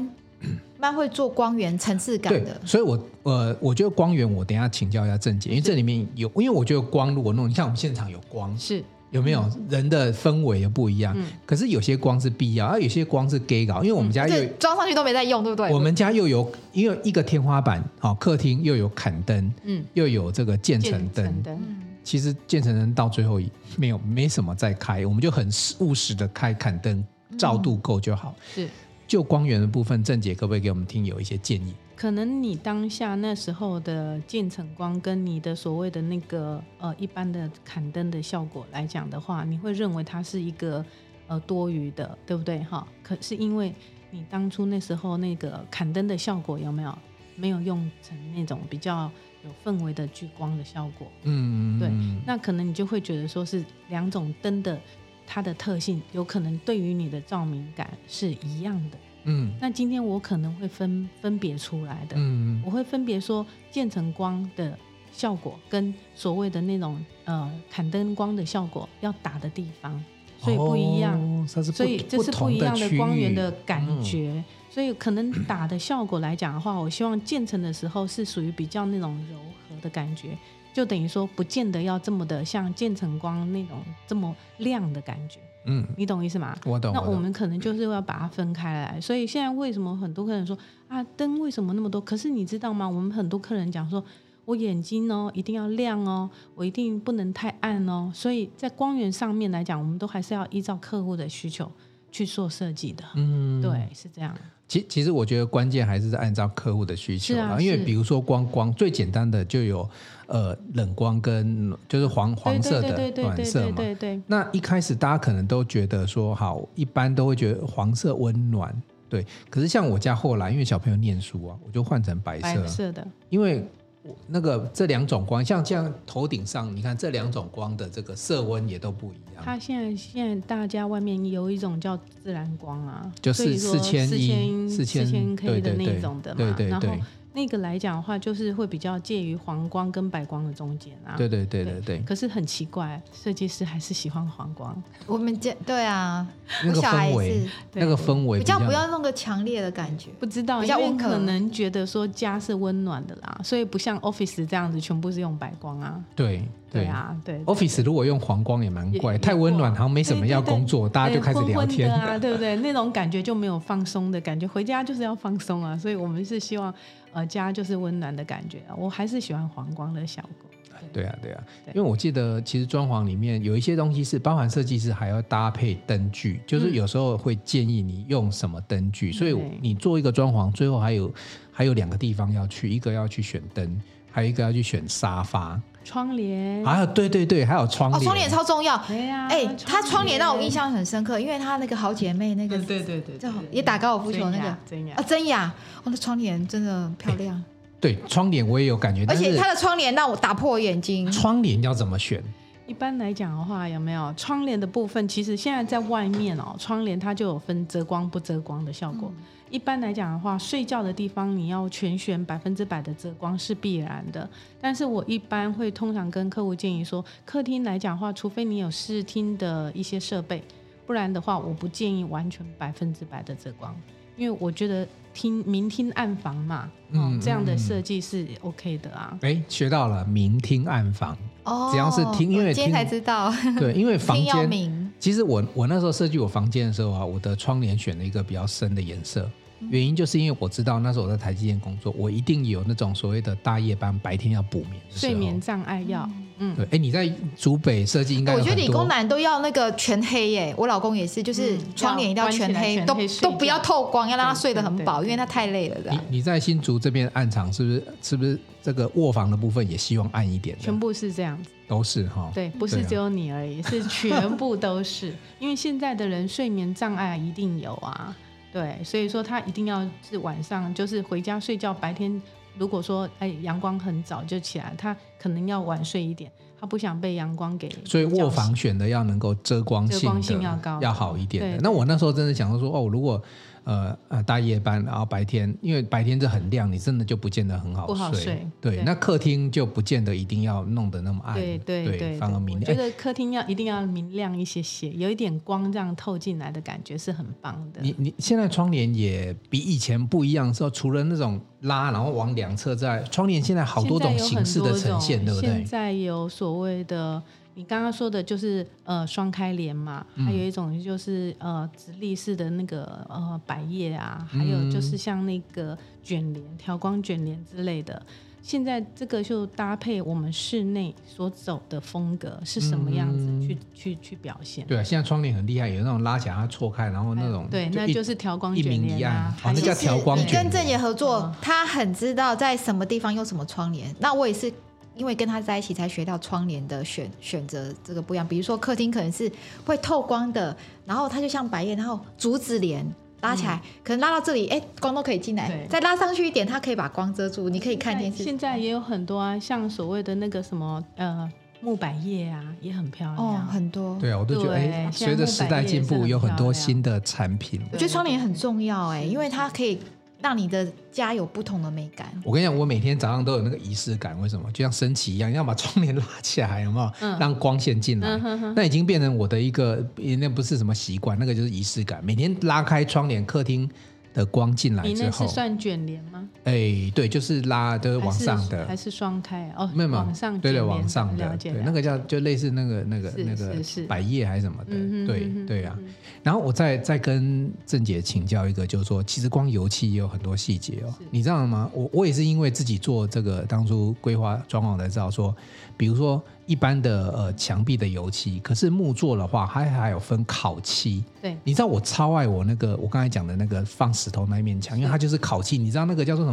B: 蛮会做光源层次感
A: 对
B: 的，，
A: 所以我呃，我觉得光源我等一下请教一下郑姐，因为这里面有，因为我觉得光如果弄，你像我们现场有光，
C: 是
A: 有没有人的氛围也不一样？
C: 嗯
A: 可是有些光是必要，而、啊有些光是 gay 搞，因为我们家又、
B: 这装上去都没在用，对不对？
A: 我们家又有，因为一个天花板，好、客厅又有砍灯，
C: 嗯
A: 又有这个渐层
C: 建
A: 灯
C: 成，灯，
B: 嗯
A: 其实建成人到最后没有没什么再开，我们就很务实的开砍灯，照度够就好。
C: 嗯是
A: 就光源的部分，郑姐可不可以给我们听友一些建议？
C: 可能你当下那时候的进程光跟你的所谓的那个呃一般的砍灯的效果来讲的话，你会认为它是一个呃多余的，对不对哈？可是因为你当初那时候那个砍灯的效果有没有没有用成那种比较有氛围的聚光的效果？
A: 嗯，
C: 对
A: 嗯
C: 那可能你就会觉得说是两种灯的它的特性，有可能对于你的照明感是一样的。
A: 嗯
C: 那今天我可能会分分别出来的，
A: 嗯
C: 我会分别说渐层光的效果跟所谓的那种呃砍灯光的效果要打的地方，所以不一样。
A: 哦、它是不
C: 所以这是不一样
A: 同
C: 的
A: 区域嗯
C: 光源的感觉。所以可能打的效果来讲的话，我希望建成的时候是属于比较那种柔和的感觉，就等于说不见得要这么的像建成光那种这么亮的感觉，
A: 嗯，嗯
C: 你懂意思吗？
A: 我懂。
C: 那
A: 懂嗯
C: 我们可能就是要把它分开来。所以现在为什么很多客人说啊灯为什么那么多？可是你知道吗？我们很多客人讲说。我眼睛哦，一定要亮哦，我一定不能太暗哦。所以在光源上面来讲，我们都还是要依照客户的需求去做设计的。
A: 嗯，
C: 对，是这样。
A: 其其实我觉得关键还是在按照客户的需求
C: 是
A: 啦，
C: 啊
A: 因为
C: 是
A: 比如说光光最简单的就有呃冷光跟就是黄黄色
C: 对
A: 的
C: 对对
A: 暖
C: 对
A: 色
C: 对
A: 嘛，
C: 对对，
A: 那一开始大家可能都觉得说好，一般都会觉得黄色温暖，对。可是像我家后来，因为小朋友念书啊，我就换成白色，
C: 白色的，
A: 因为我那个这两种光，像这样头顶上，你看这两种光的这个色温也都不一样。
C: 它现在现在大家外面有一种叫自然光啊，
A: 就是
C: 四
A: 4100
C: 四千
A: 4000
C: K
A: 对对
C: 的那
A: 对
C: 一种的嘛，
A: 对对
C: 然后
A: 对
C: 那个来讲的话，就是会比较介于黄光跟白光的中间啊。
A: 对对对对对，
C: 可是很奇怪，设计师还是喜欢黄光，
B: 我们家对啊，
A: 那
B: 我
A: 个
B: 小孩
A: 氛
B: 也
A: 围
B: 是，
A: 那个氛围
B: 比较不要弄个强烈的感觉，
C: 不知道，
B: 比
C: 因
B: 较
C: 为
B: 温和
C: 可能觉得说家是温暖的啦，所以不像 office 这样子全部是用白光啊。
A: 对
C: 对。啊，对。
A: Office 如果用黄光也蛮怪，
C: 也
A: 太温暖，好像没什么要工作，大家就开始聊天
C: 对昏昏 的啊，对不对？那种感觉就没有放松的感觉，回家就是要放松啊，所以我们是希望，呃，家就是温暖的感觉啊。我还是喜欢黄光的效果，
A: 对啊，对啊，
C: 对
A: 因为我记得其实装潢里面有一些东西是包含设计师还要搭配灯具，就是有时候会建议你用什么灯具，所以
C: 嗯对
A: 你做一个装潢，最后还有还有两个地方要去，一个要去选灯，还有一个要去选沙发，
C: 窗帘，
A: 还有对对对，还有窗
B: 哦，
A: 帘，
B: 窗帘超重要。
C: 对呀、
B: 哎、她窗帘让我印象很深刻，因为她那个好姐妹那个，
C: 嗯对对对对
B: 这种
C: 对
B: 也打高尔夫球那个啊，
C: 真呀，
B: 真雅，我、哦、的窗帘真的很漂亮，
A: 对窗帘我也有感觉，
B: 而
A: 哎但
B: 且
A: 是
B: 她的窗帘让我打破我眼睛。
A: 窗帘要怎么选？
C: 一般来讲的话，有没有窗帘的部分？其实现在在外面哦，窗帘它就有分遮光不遮光的效
A: 嗯
C: 果。一般来讲的话，睡觉的地方你要全选百分之百的遮光是必然的。但是我一般会通常跟客户建议说，客厅来讲的话，除非你有视听的一些设备，不然的话，我不建议完全百分之百的遮光，因为我觉得听明听暗房嘛，哦、
A: 嗯
C: 这样的
A: 嗯
C: 设计是 OK 的啊。
A: 哎，学到了，明听暗访，
B: 哦，
A: 只要是听因为
B: 我今天
A: 听
B: 才知道，
A: 对，因为 房
B: 听要
A: 间
B: 明，
A: 其实我我那时候设计我房间的时候啊，我的窗帘选了一个比较深的颜色，原因就是因为我知道那时候我在台积电工作，我一定有那种所谓的大夜班白天要补眠的时候，
C: 睡眠障碍药，嗯嗯
A: 哦对，哎，你在竹北设计应该
B: 我
A: 有
B: 觉得
A: 很
B: 理
A: 多
B: 工男都要那个全黑耶、我老公也是，就是
C: 嗯
B: 窗帘一定要
C: 要
B: 全
C: 关起
B: 黑，
C: 来
B: 都
C: 全黑睡
B: 都
C: 觉
B: 不要透光，要让他
C: 对
B: 睡得很
C: 对
B: 饱，
C: 对
B: 因为他太累了的
A: 你。你在新竹这边暗场是不是是不是这个卧房的部分也希望暗一点的？
C: 全部是这样子。
A: 都是哈。
C: 对，不是
A: 对啊
C: 只有你 而已，是全部都是。因为现在的人睡眠障碍一定有啊，对，所以说他一定要是晚上，就是回家睡觉，白天如果说哎阳光很早就起来，他可能要晚睡一点，他不想被阳光给
A: 所以卧
C: 叫
A: 房
C: 醒
A: 选的要能够遮光性的，
C: 遮光性要高
A: 好一点的
C: 对。
A: 那我那时候真的想到说，哦，如果呃呃大夜班，然后白天，因为白天这很亮，你真的就不见得很好
C: 不好睡
A: 对，
C: 对
A: 那客厅就不见得一定要弄得那么暗，
C: 对对对，
A: 反而明
C: 我觉
A: 亮。哎
C: 得客厅要一定要明亮一些些，有一点光这样透进来的感觉是很棒的。
A: 哎你你现在窗帘也比以前不一样的时候，除了那种拉然后往两侧在，窗帘现在好多种形式的呈现，对
C: 现在有很多
A: 不
C: 种现
A: 对？
C: 在有所谓的，你刚刚说的就是呃双开帘嘛，
A: 嗯
C: 还有一种就是呃直立式的那个呃百叶啊，还有
A: 嗯
C: 就是像那个卷帘、调光卷帘之类的。现在这个就搭配我们室内所走的风格是什么样子
A: 嗯
C: 去、去去表现。
A: 对啊，现在窗帘很厉害，有那种拉起来它错开，然后那种
C: 对，那
A: 一
C: 就是调光
A: 一
C: 卷
A: 明一
C: 帘
A: 暗
C: 啊
A: 哦，
C: 还
A: 那
C: 有
A: 叫调光
B: 你
A: 卷
B: 跟郑姐合作
C: 嗯，
B: 她很知道在什么地方用什么窗帘。那我也是因为跟她在一起才学到窗帘的选选择这个不一样。比如说客厅可能是会透光的，然后它就像百叶，然后竹子帘。拉起来，可能拉到这里，哎、光都可以进来
C: 对。
B: 再拉上去一点，它可以把光遮住，你可以看电视。
C: 现在也有很多啊，像所谓的那个什么呃木百叶啊，也很漂亮。
B: 哦，很多。
A: 对啊，我都觉得
C: 对
A: 哎，随
C: 现在
A: 着
C: 木
A: 时
C: 板
A: 代
C: 业
A: 进
C: 也是
A: 步，
C: 很
A: 有很
C: 漂
A: 多
C: 亮
A: 新的产品。
B: 我
C: 对
B: 觉得窗帘很重要哎、
C: 是
B: 因为它可以让你的家有不同的美感。
A: 我跟你讲，我每天早上都有那个仪式感，为什么？就像升旗一样，要把窗帘拉起来，有没有？
C: 嗯
A: 让光线进来，
C: 嗯哼哼
A: 那已经变成我的一个，那不是什么习惯，那个就是仪式感。每天拉开窗帘，客厅的光进来
C: 你
A: 之
C: 那
A: 后
C: 是，算卷帘吗？
A: 哎，对，就是拉，就是往上的
C: 还，是双开啊？哦，
A: 没有没有
C: 往上
A: 对对，
C: 卷帘
A: 往上的
C: 了，解
A: 对，那个叫就类似那个那个
C: 是
A: 那个
C: 是是
A: 百叶还是什么的，
C: 嗯哼
A: 对
C: 嗯哼
A: 对啊。然后我再再跟郑姐请教一个，就是说，其实光油漆也有很多细节哦
C: 是，
A: 你知道吗？我我也是因为自己做这个当初规划装潢才知道说，比如说一般的呃墙壁的油漆，可是木做的话，它还有分烤漆。
C: 对
A: 你知道我超爱我那个我刚才讲的那个放石头那一面墙，因为它就是烤漆。你知道那个叫做什么？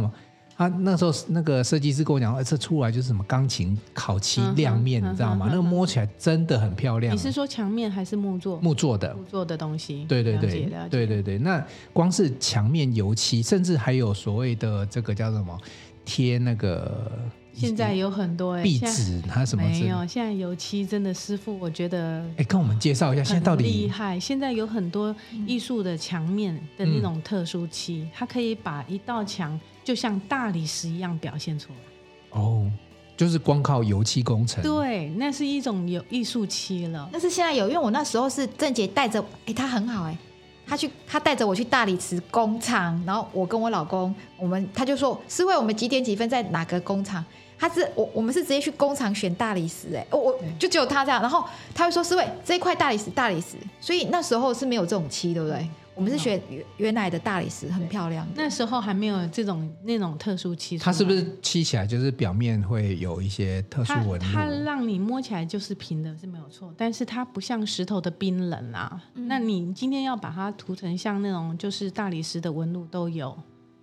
A: 他那时候那个设计师跟我讲，呃，这出来就是什么钢琴烤漆
C: 嗯哼
A: 亮面，
C: 嗯
A: 你知道吗？
C: 哼
A: 那个摸起来真的很漂亮
C: 你。是说墙面还是木做？
A: 木做的，
C: 木做的东西，
A: 对对
C: 了解
A: 对
C: 了解。
A: 对对对，那光是墙面油漆，甚至还有所谓的这个叫什么贴那个
C: 现在有很多哎，
A: 壁
C: 现在
A: 纸，它什么之
C: 没
A: 类。
C: 有，现在油漆真的师傅，我觉得
A: 哎，跟我们介绍一下，现在到
C: 很厉
A: 底
C: 害，现在有很多艺术的墙面的
A: 嗯
C: 那种特殊漆，它可以把一道墙就像大理石一样表现出来。
A: 哦，就是光靠油漆工程，
C: 对，那是一种有艺术漆了。
B: 但是现在有，因为我那时候是郑姐带着，哎、她很好哎、她去，她带着我去大理石工厂，然后我跟我老公，我们她就说是为我们几点几分在哪个工厂，她是我我们是直接去工厂选大理石哎、我我就只有她这样，然后她会说是为这一块大理石大理石，所以那时候是没有这种漆，对不对？我们是选原原来的大理石，很漂亮的。
C: 那时候还没有这种那种特殊漆出来，
A: 它是不是漆起来就是表面会有一些特殊
C: 它
A: 纹
C: 它
A: 路？
C: 让你摸起来就是平的，是没有错，但是它不像石头的冰冷啊。
B: 嗯
C: 那你今天要把它涂成像那种就是大理石的纹路都有，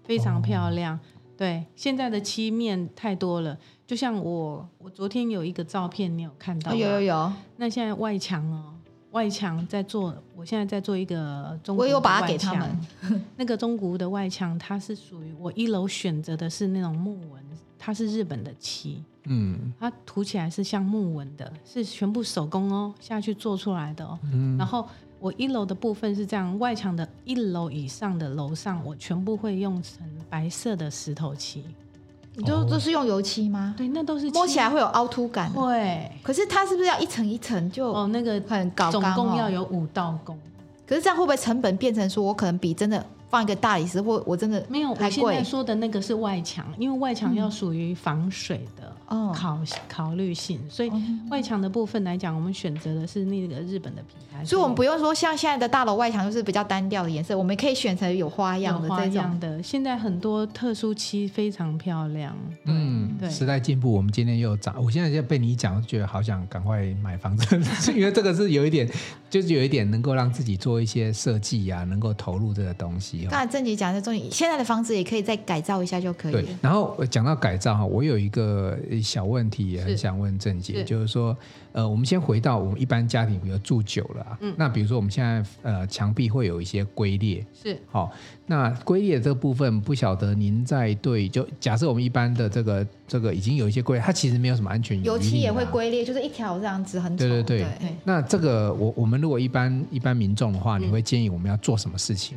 C: 非常漂亮。
A: 哦
C: 对，现在的漆面太多了，就像我我昨天有一个照片，你有看到
B: 哦
C: 吗？
B: 有有有，
C: 那现在外墙哦，外墙在做，我现在在做一个中古
B: 我
C: 的
B: 有把它
C: 外
B: 给他
C: 墙
B: 们。
C: 那个中古屋的外墙，它是属于我一楼选择的是那种木纹，它是日本的漆，
A: 嗯
C: 它涂起来是像木纹的，是全部手工哦下去做出来的哦。
A: 嗯
C: 然后我一楼的部分是这样，外墙的一楼以上的楼上，我全部会用成白色的石头漆。
B: 你就都是用油哦漆哦吗？
C: 对，那都是漆
B: 摸起来会有凹凸感，
C: 会
B: 可是它是不是要一层一层就？
C: 哦，那个
B: 很搞
C: 总
B: 纲
C: 共
B: 哦
C: 要有五道工。
B: 可是这样会不会成本变成说我可能比真的放一个大理石，或我真的
C: 没有，我
B: 还
C: 现在
B: 贵？
C: 嗯说的那个是外墙，因为外墙要属于防水的，
B: 哦，
C: 考考虑性，所以外墙的部分来讲，我们选择的是那个日本的品牌，
B: 所以我们不用说像现在的大楼外墙就是比较单调的颜色，我们可以选择有花样的
C: 有花
B: 这
C: 样
B: 种。
C: 的。现在很多特殊漆非常漂亮，对
A: 嗯，
C: 对
A: 时代进步，我们今天又涨。我现在就被你一讲，觉得好想赶快买房子， 因为这个是有一点，就是有一点能够让自己做一些设计啊，能够投入这个东西、
B: 刚
A: 哦。
B: 才郑姐讲的重点，现在的房子也可以再改造一下就可以
A: 对
B: 了。，
A: 然后呃讲到改造哈，我有一个小问题也很
C: 是
A: 想问郑姐，
C: 是
A: 就是说，呃，我们先回到我们一般家庭，比如住久了、啊，
C: 嗯
A: 那比如说我们现在呃墙壁会有一些龟裂，
C: 是
A: 好、那龟裂这部分不晓得您在对就假设我们一般的这个这个已经有一些龟裂，它其实没有什么安全
B: 油漆也会
A: 龟。
B: 龟裂，就是一条这样子很丑。
A: 对对对那这个我我们如果一般一般民众的话，
B: 嗯
A: 你会建议我们要做什么事情？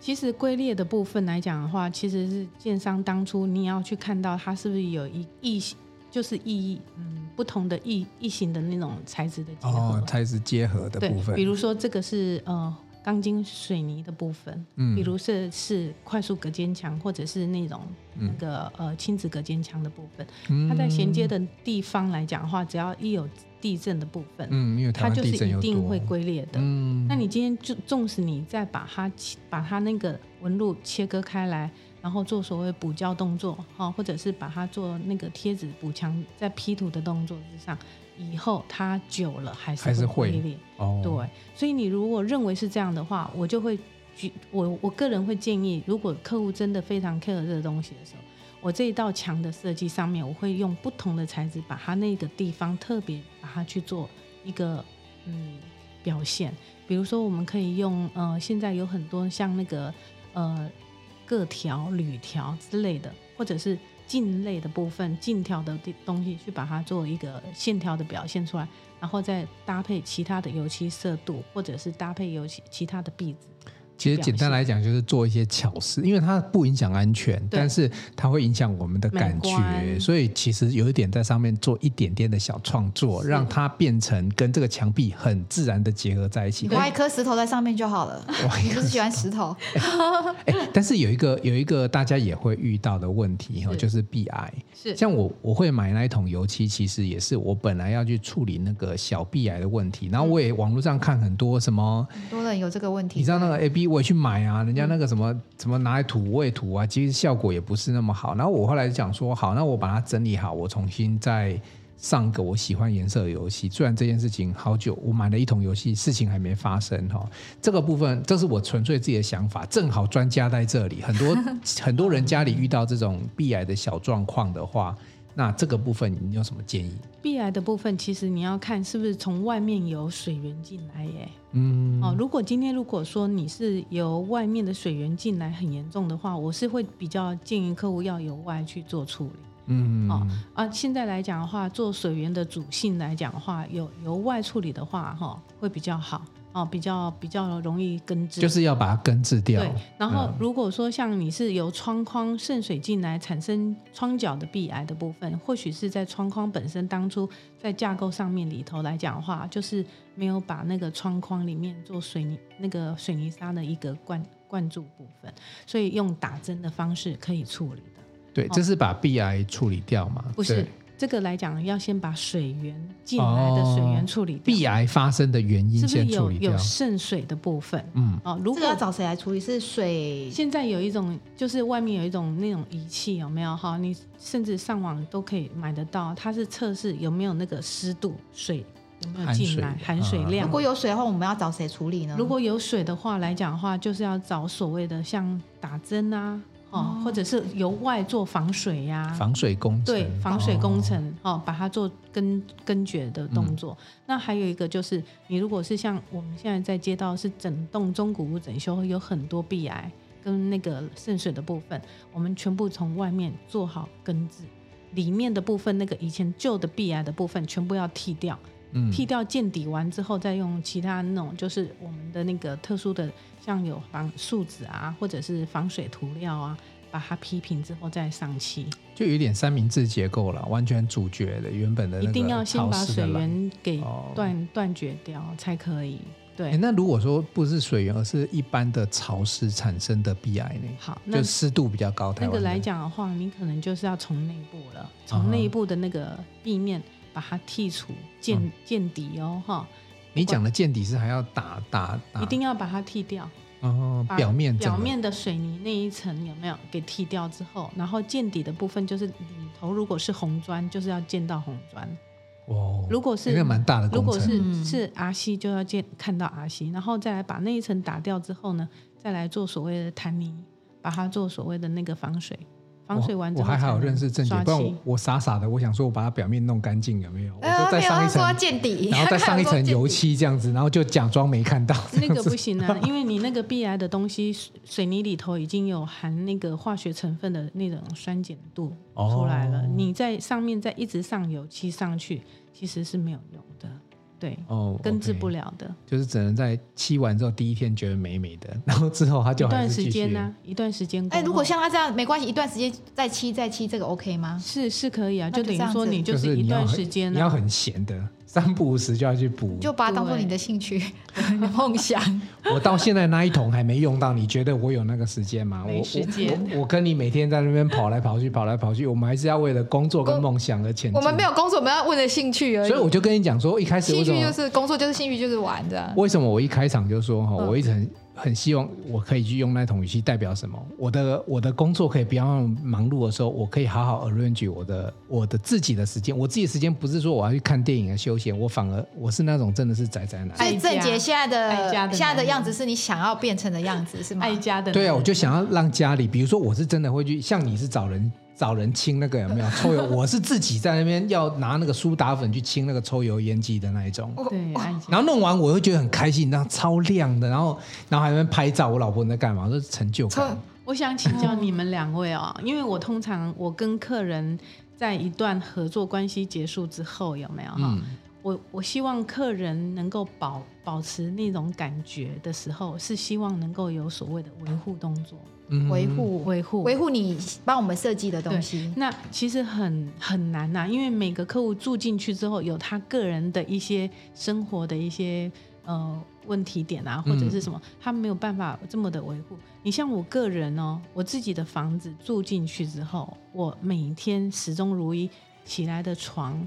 C: 其实龟裂的部分来讲的话，其实是建商当初你也要去看到它是不是有一异，就是异嗯不同的异异形的那种材质的结合。
A: 哦，材质结合的
C: 对
A: 部，分
C: 比，如说这个是呃钢筋水泥的部分，
A: 嗯
C: 比如是是快速隔间墙或者是那种那
A: 嗯
C: 个、呃亲子隔间墙的部分，它在衔接的地方来讲的话，只要一有地震的部分，
A: 嗯，因为台
C: 它
A: 湾
C: 就
A: 地
C: 是
A: 震
C: 一
A: 又
C: 定
A: 多
C: 会，龟裂的。
A: 嗯，
C: 那你今天就纵使你再把它切把它那个纹路切割开来，然后做所谓补胶动作，哈、或者是把它做那个贴纸补墙在 P 图的动作之上，以后它久了还是
A: 还是
C: 会
A: 会
C: 龟裂。
A: 哦，
C: 对，所以你如果认为是这样的话，我就会举我我个人会建议，如果客户真的非常 care 这个东西的时候，我这一道墙的设计上面，我会用不同的材质把它那个地方特别把它去做一个嗯表现。比如说，我们可以用呃，现在有很多像那个呃各条、铝条之类的，或者是茎类的部分、茎条的地东西，去把它做一个线条的表现出来，然后再搭配其他的油漆色度，或者是搭配油漆其他的壁纸。
A: 其实
C: 表
A: 简单
C: 现
A: 来讲就是做一些巧思，因为它不影响安全，
C: 对
A: 但是它会影响我们的
C: 美
A: 感觉，
C: 观
A: 所以其实有一点在上面做一点点的小创作，
C: 是
A: 让它变成跟这个墙壁很自然的结合在一起
B: 你。画一颗石头在上面就好 了。你不是喜欢石头？
A: 哎，但是有一个有一个大家也会遇到的问题哈，
C: 是
A: 就是 BI。
C: 是
A: 像我我会买那一桶油漆，其实也是我本来要去处理那个小壁癌的问题，
C: 嗯
A: 然后我也网络上看很多什么，
B: 很多人有这个问题。
A: 你知道那个 A B 我也去买啊，人家那个什么什么拿来涂我也涂啊，其实效果也不是那么好。然后我后来就想说，好，那我把它整理好，我重新再上个我喜欢颜色的游戏。虽然这件事情好久，我买了一桶游戏，事情还没发生哈、哦。这个部分，这是我纯粹自己的想法，正好专家在这里，很 多很多人家里遇到这种壁癌的小状况的话，那这个部分你有什么建议？
C: 壁癌的部分，其实你要看是不是从外面有水源进来耶。
A: 嗯，
C: 哦，如果今天如果说你是由外面的水源进来很严重的话，我是会比较建议客户要由外去做处理。
A: 嗯，
C: 哦啊，现在来讲的话，做水源的主性来讲的话，有由外处理的话，哈、会比较好哦，比较比较容易根治。
A: 就是要把它根治掉。嗯
C: 对，然后如果说像你是由窗框渗水进来产生窗角的壁癌的部分，或许是在窗框本身当初在架构上面里头来讲的话，就是没有把那个窗框里面做水泥那个水泥沙的一个灌灌注部分，所以用打针的方式可以处理的，
A: 对，这是把壁癌处理掉嘛？
C: 哦不是
A: 对。
C: 这个来讲，要先把水源进来的水源处理掉，
A: 哦壁癌发生的原因
C: 是不是
A: 先处
C: 有
A: 理掉
C: 有。渗水的部分？
A: 嗯，
C: 哦，如
B: 这
C: 果
B: 个要找谁来处理？是水
C: 现在有一种，就是外面有一种那种仪器，有没有哈？你甚至上网都可以买得到，它是测试有没有那个湿度、水有没有进来、
A: 含
C: 含
A: 水啊
C: 水量。
B: 如果有水的话，我们要找谁处理呢？
C: 如果有水的话来讲的话，就是要找所谓的像打针啊，哦，或者是由外做防水呀、
A: 防水工程
C: 对防水工程哦把它做根根绝的
A: 嗯
C: 动作。那还有一个就是，你如果是像我们现在在街道是整栋中古屋整修，会有很多壁癌跟那个渗水的部分，我们全部从外面做好根治，里面的部分那个以前旧的壁癌的部分全部要剃掉。
A: 嗯
C: 剃掉见底完之后，再用其他那种就是我们的那个特殊的，像有防树脂啊，或者是防水涂料啊，把它批平之后再上漆。
A: 就有点三明治结构了，完全阻绝的原本的那
C: 一
A: 个
C: 定要先
A: 潮
C: 把
A: 湿的
C: 水
A: 来
C: 源给
A: 哦
C: 断断绝掉才可以。
A: 诶
C: 对，
A: 那如果说不是水源，而是一般的潮湿产生的 BI 呢？
C: 好，那
A: 就湿度比较高，台
C: 那
A: 湾的
C: 个来讲的话，你可能就是要从内部了，
A: 啊哈
C: 从内部的那个地面把它剔除见、
A: 嗯
C: 见底哦，哈，
A: 你讲的见底是还要打打打，
C: 一定要把它剔掉，
A: 哦，
C: 把
A: 啊表面整
C: 表
A: 个
C: 面的水泥那一层有没有给剔掉之后，然后见底的部分就是里头如果是红砖，就是要见到红砖；
A: 哦，
C: 如果是
A: 那个蛮大的
C: 如
A: 工
C: 果
A: 程，
C: 是、
B: 嗯
C: 是阿西，就要见看到阿西，然后再来把那一层打掉之后呢，再来做所谓的弹泥，把它做所谓的那个防水，防水完之
A: 我
C: 后
A: 还好
C: 才能
A: 认识正经，
C: 刷
A: 不然我
C: 漆
A: 我傻傻的，我想说我把它表面弄干净有没有？我
B: 哎
A: 就再
B: 没有，
A: 上
B: 他
A: 一
B: 说
A: 层
B: 要，见底，
A: 然后再上一 层 油
B: 漆。
A: 漆这样子，然后就假装没看到。
C: 那 个不行啊，因为你那个 B I 的东西，水水泥里头已经有含那个化学成分的那种酸碱度
A: 哦
C: 出来了，你在上面再一直上油漆上去，其实是没有用的，对，
A: 哦，
C: 根治不
A: 了，
C: 了的。
A: 就是只能在漆完之后第一天觉得美美的，然后之后它
C: 一
A: 就还
C: 段
A: 是继
C: 时
A: 续
C: 间呢、一段时间过
B: 哎、
C: 后，
B: 如果像他这样没关系，一段时间再漆再漆，这个 OK 吗？
C: 是是可以啊，
B: 那就
C: 就等
B: 这样
C: 于
B: 子
C: 说你
A: 就是是
C: 一
A: 你要
C: 段
A: 很
C: 时间啊
A: 你
C: 呢、
A: 要很闲的，三不五时就要去补。
B: 就把它当做
C: 对
B: 你的兴趣、 你的梦想。
A: 我到现在那一桶还没用到，你觉得我有那个时间吗？
C: 没
A: 我
C: 时间
A: 我我。我跟你每天在那边跑来跑去，跑来跑去，我们还是要为了工作跟
B: 工
A: 梦想而前进。
B: 我们没有工作，我们要为了兴趣而已。
A: 所以我就跟你讲说，一开始
B: 兴
A: 为什
B: 趣就
A: 么
B: 是工作，就是兴趣就是玩的。
A: 为什么我一开场就说哈，
B: 嗯
A: 我一直很很希望我可以去用那桶语气代表什么？我的我的工作可以不要那么忙碌的时候，我可以好好 arrange 我的我的自己的时间。我自己的时间不是说我要去看电影啊休闲，我反而我是那种真的是宅宅男。
B: 所以郑杰现在的
C: 爱家的男人
B: 现在的样子是你想要变成的样子，是吗？
C: 爱家的
A: 对啊，
C: 男
A: 我
C: 人
A: 就想要让家里，比如说我是真的会去，像你是找人找人清那个有没有抽油，我是自己在那边要拿那个苏打粉去清那个抽油烟机的那一种。
C: 对爱家
A: 然后弄完我会觉得很开心，然后超亮的，然后然后还在那边拍照，我老婆你在干嘛？这是成就感
B: 从。
C: 我想请教你们两位哦，因为我通常我跟客人在一段合作关系结束之后，有没有哈？
B: 啊
A: 嗯，
C: 我我希望客人能够保保持那种感觉的时候，是希望能够有所谓的维护动作，
A: 嗯
B: 维护
C: 维护嗯
B: 维护你帮我们设计的东西。
C: 那其实很很难呐、因为每个客户住进去之后，有他个人的一些生活的一些呃问题点啊，
A: 嗯
C: 或者是什么，他没有办法这么的维护。你像我个人哦，我自己的房子住进去之后，我每天始终如一起来的床。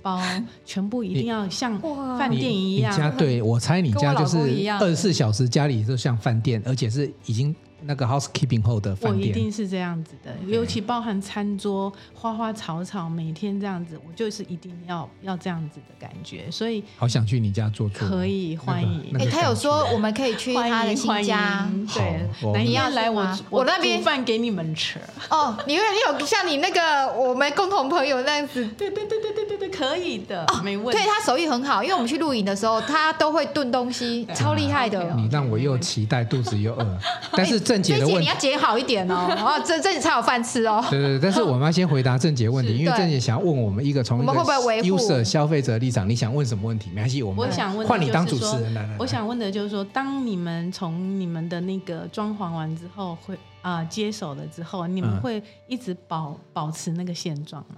C: 包 全部一定要像
B: 哇
C: 饭
A: 你
C: 店一
A: 你
C: 样，
A: 家对我猜你家就
B: 跟我老
A: 是
B: 公一样
A: 二十四小时家里就像饭店，而且是已经那个 housekeeping 后的
C: 我
A: 饭
C: 一
A: 店。
C: 定是这样子的，尤其包含餐桌、花花草草，每天这样子，我就是一定要要这样子的感觉，所以
A: 好想去你家做做。
C: 可以
A: 那个
C: 欢迎
A: 那
B: 哎、
A: 个
B: 他
A: 感
B: 有
A: 觉
B: 说我们可以去
C: 欢迎
B: 他的新
C: 欢
B: 家
C: 迎
A: 好我
C: 对，哪一
B: 你要
C: 天来
B: 去
C: 我
B: 吗
C: 我
B: 我那边
C: 煮饭给你们吃，
B: 哦。你有你有像你那个我们共同朋友那样子，
C: 对对对对对对对，可以的，没问
B: 对
C: 题。
B: 他手艺很好，因为我们去露营的时候，他都会炖东西，超厉害的。
A: 你让我又期待，肚子又 饿。但是郑姐
B: 这
A: 的
B: 哎姐
A: 问
B: 你
A: 题
B: 要，剪好一点 哦，哦，这这你才有饭吃哦。
A: 对对 对，但是我们要先回答郑姐问题，因为
B: 对
A: 郑姐想要问我们一个从一个
B: 我们会不会维护
A: user 消费者立场，你想问什么问题？没关系，我们
C: 我想问的
A: 换你当
C: 就
A: 主
C: 是说
A: 持人来来。来
C: 我想问的就是说，当你们从你们的那个装潢完之后，会啊、接手了之后，你们
A: 嗯
C: 会一直保保持那个现状吗？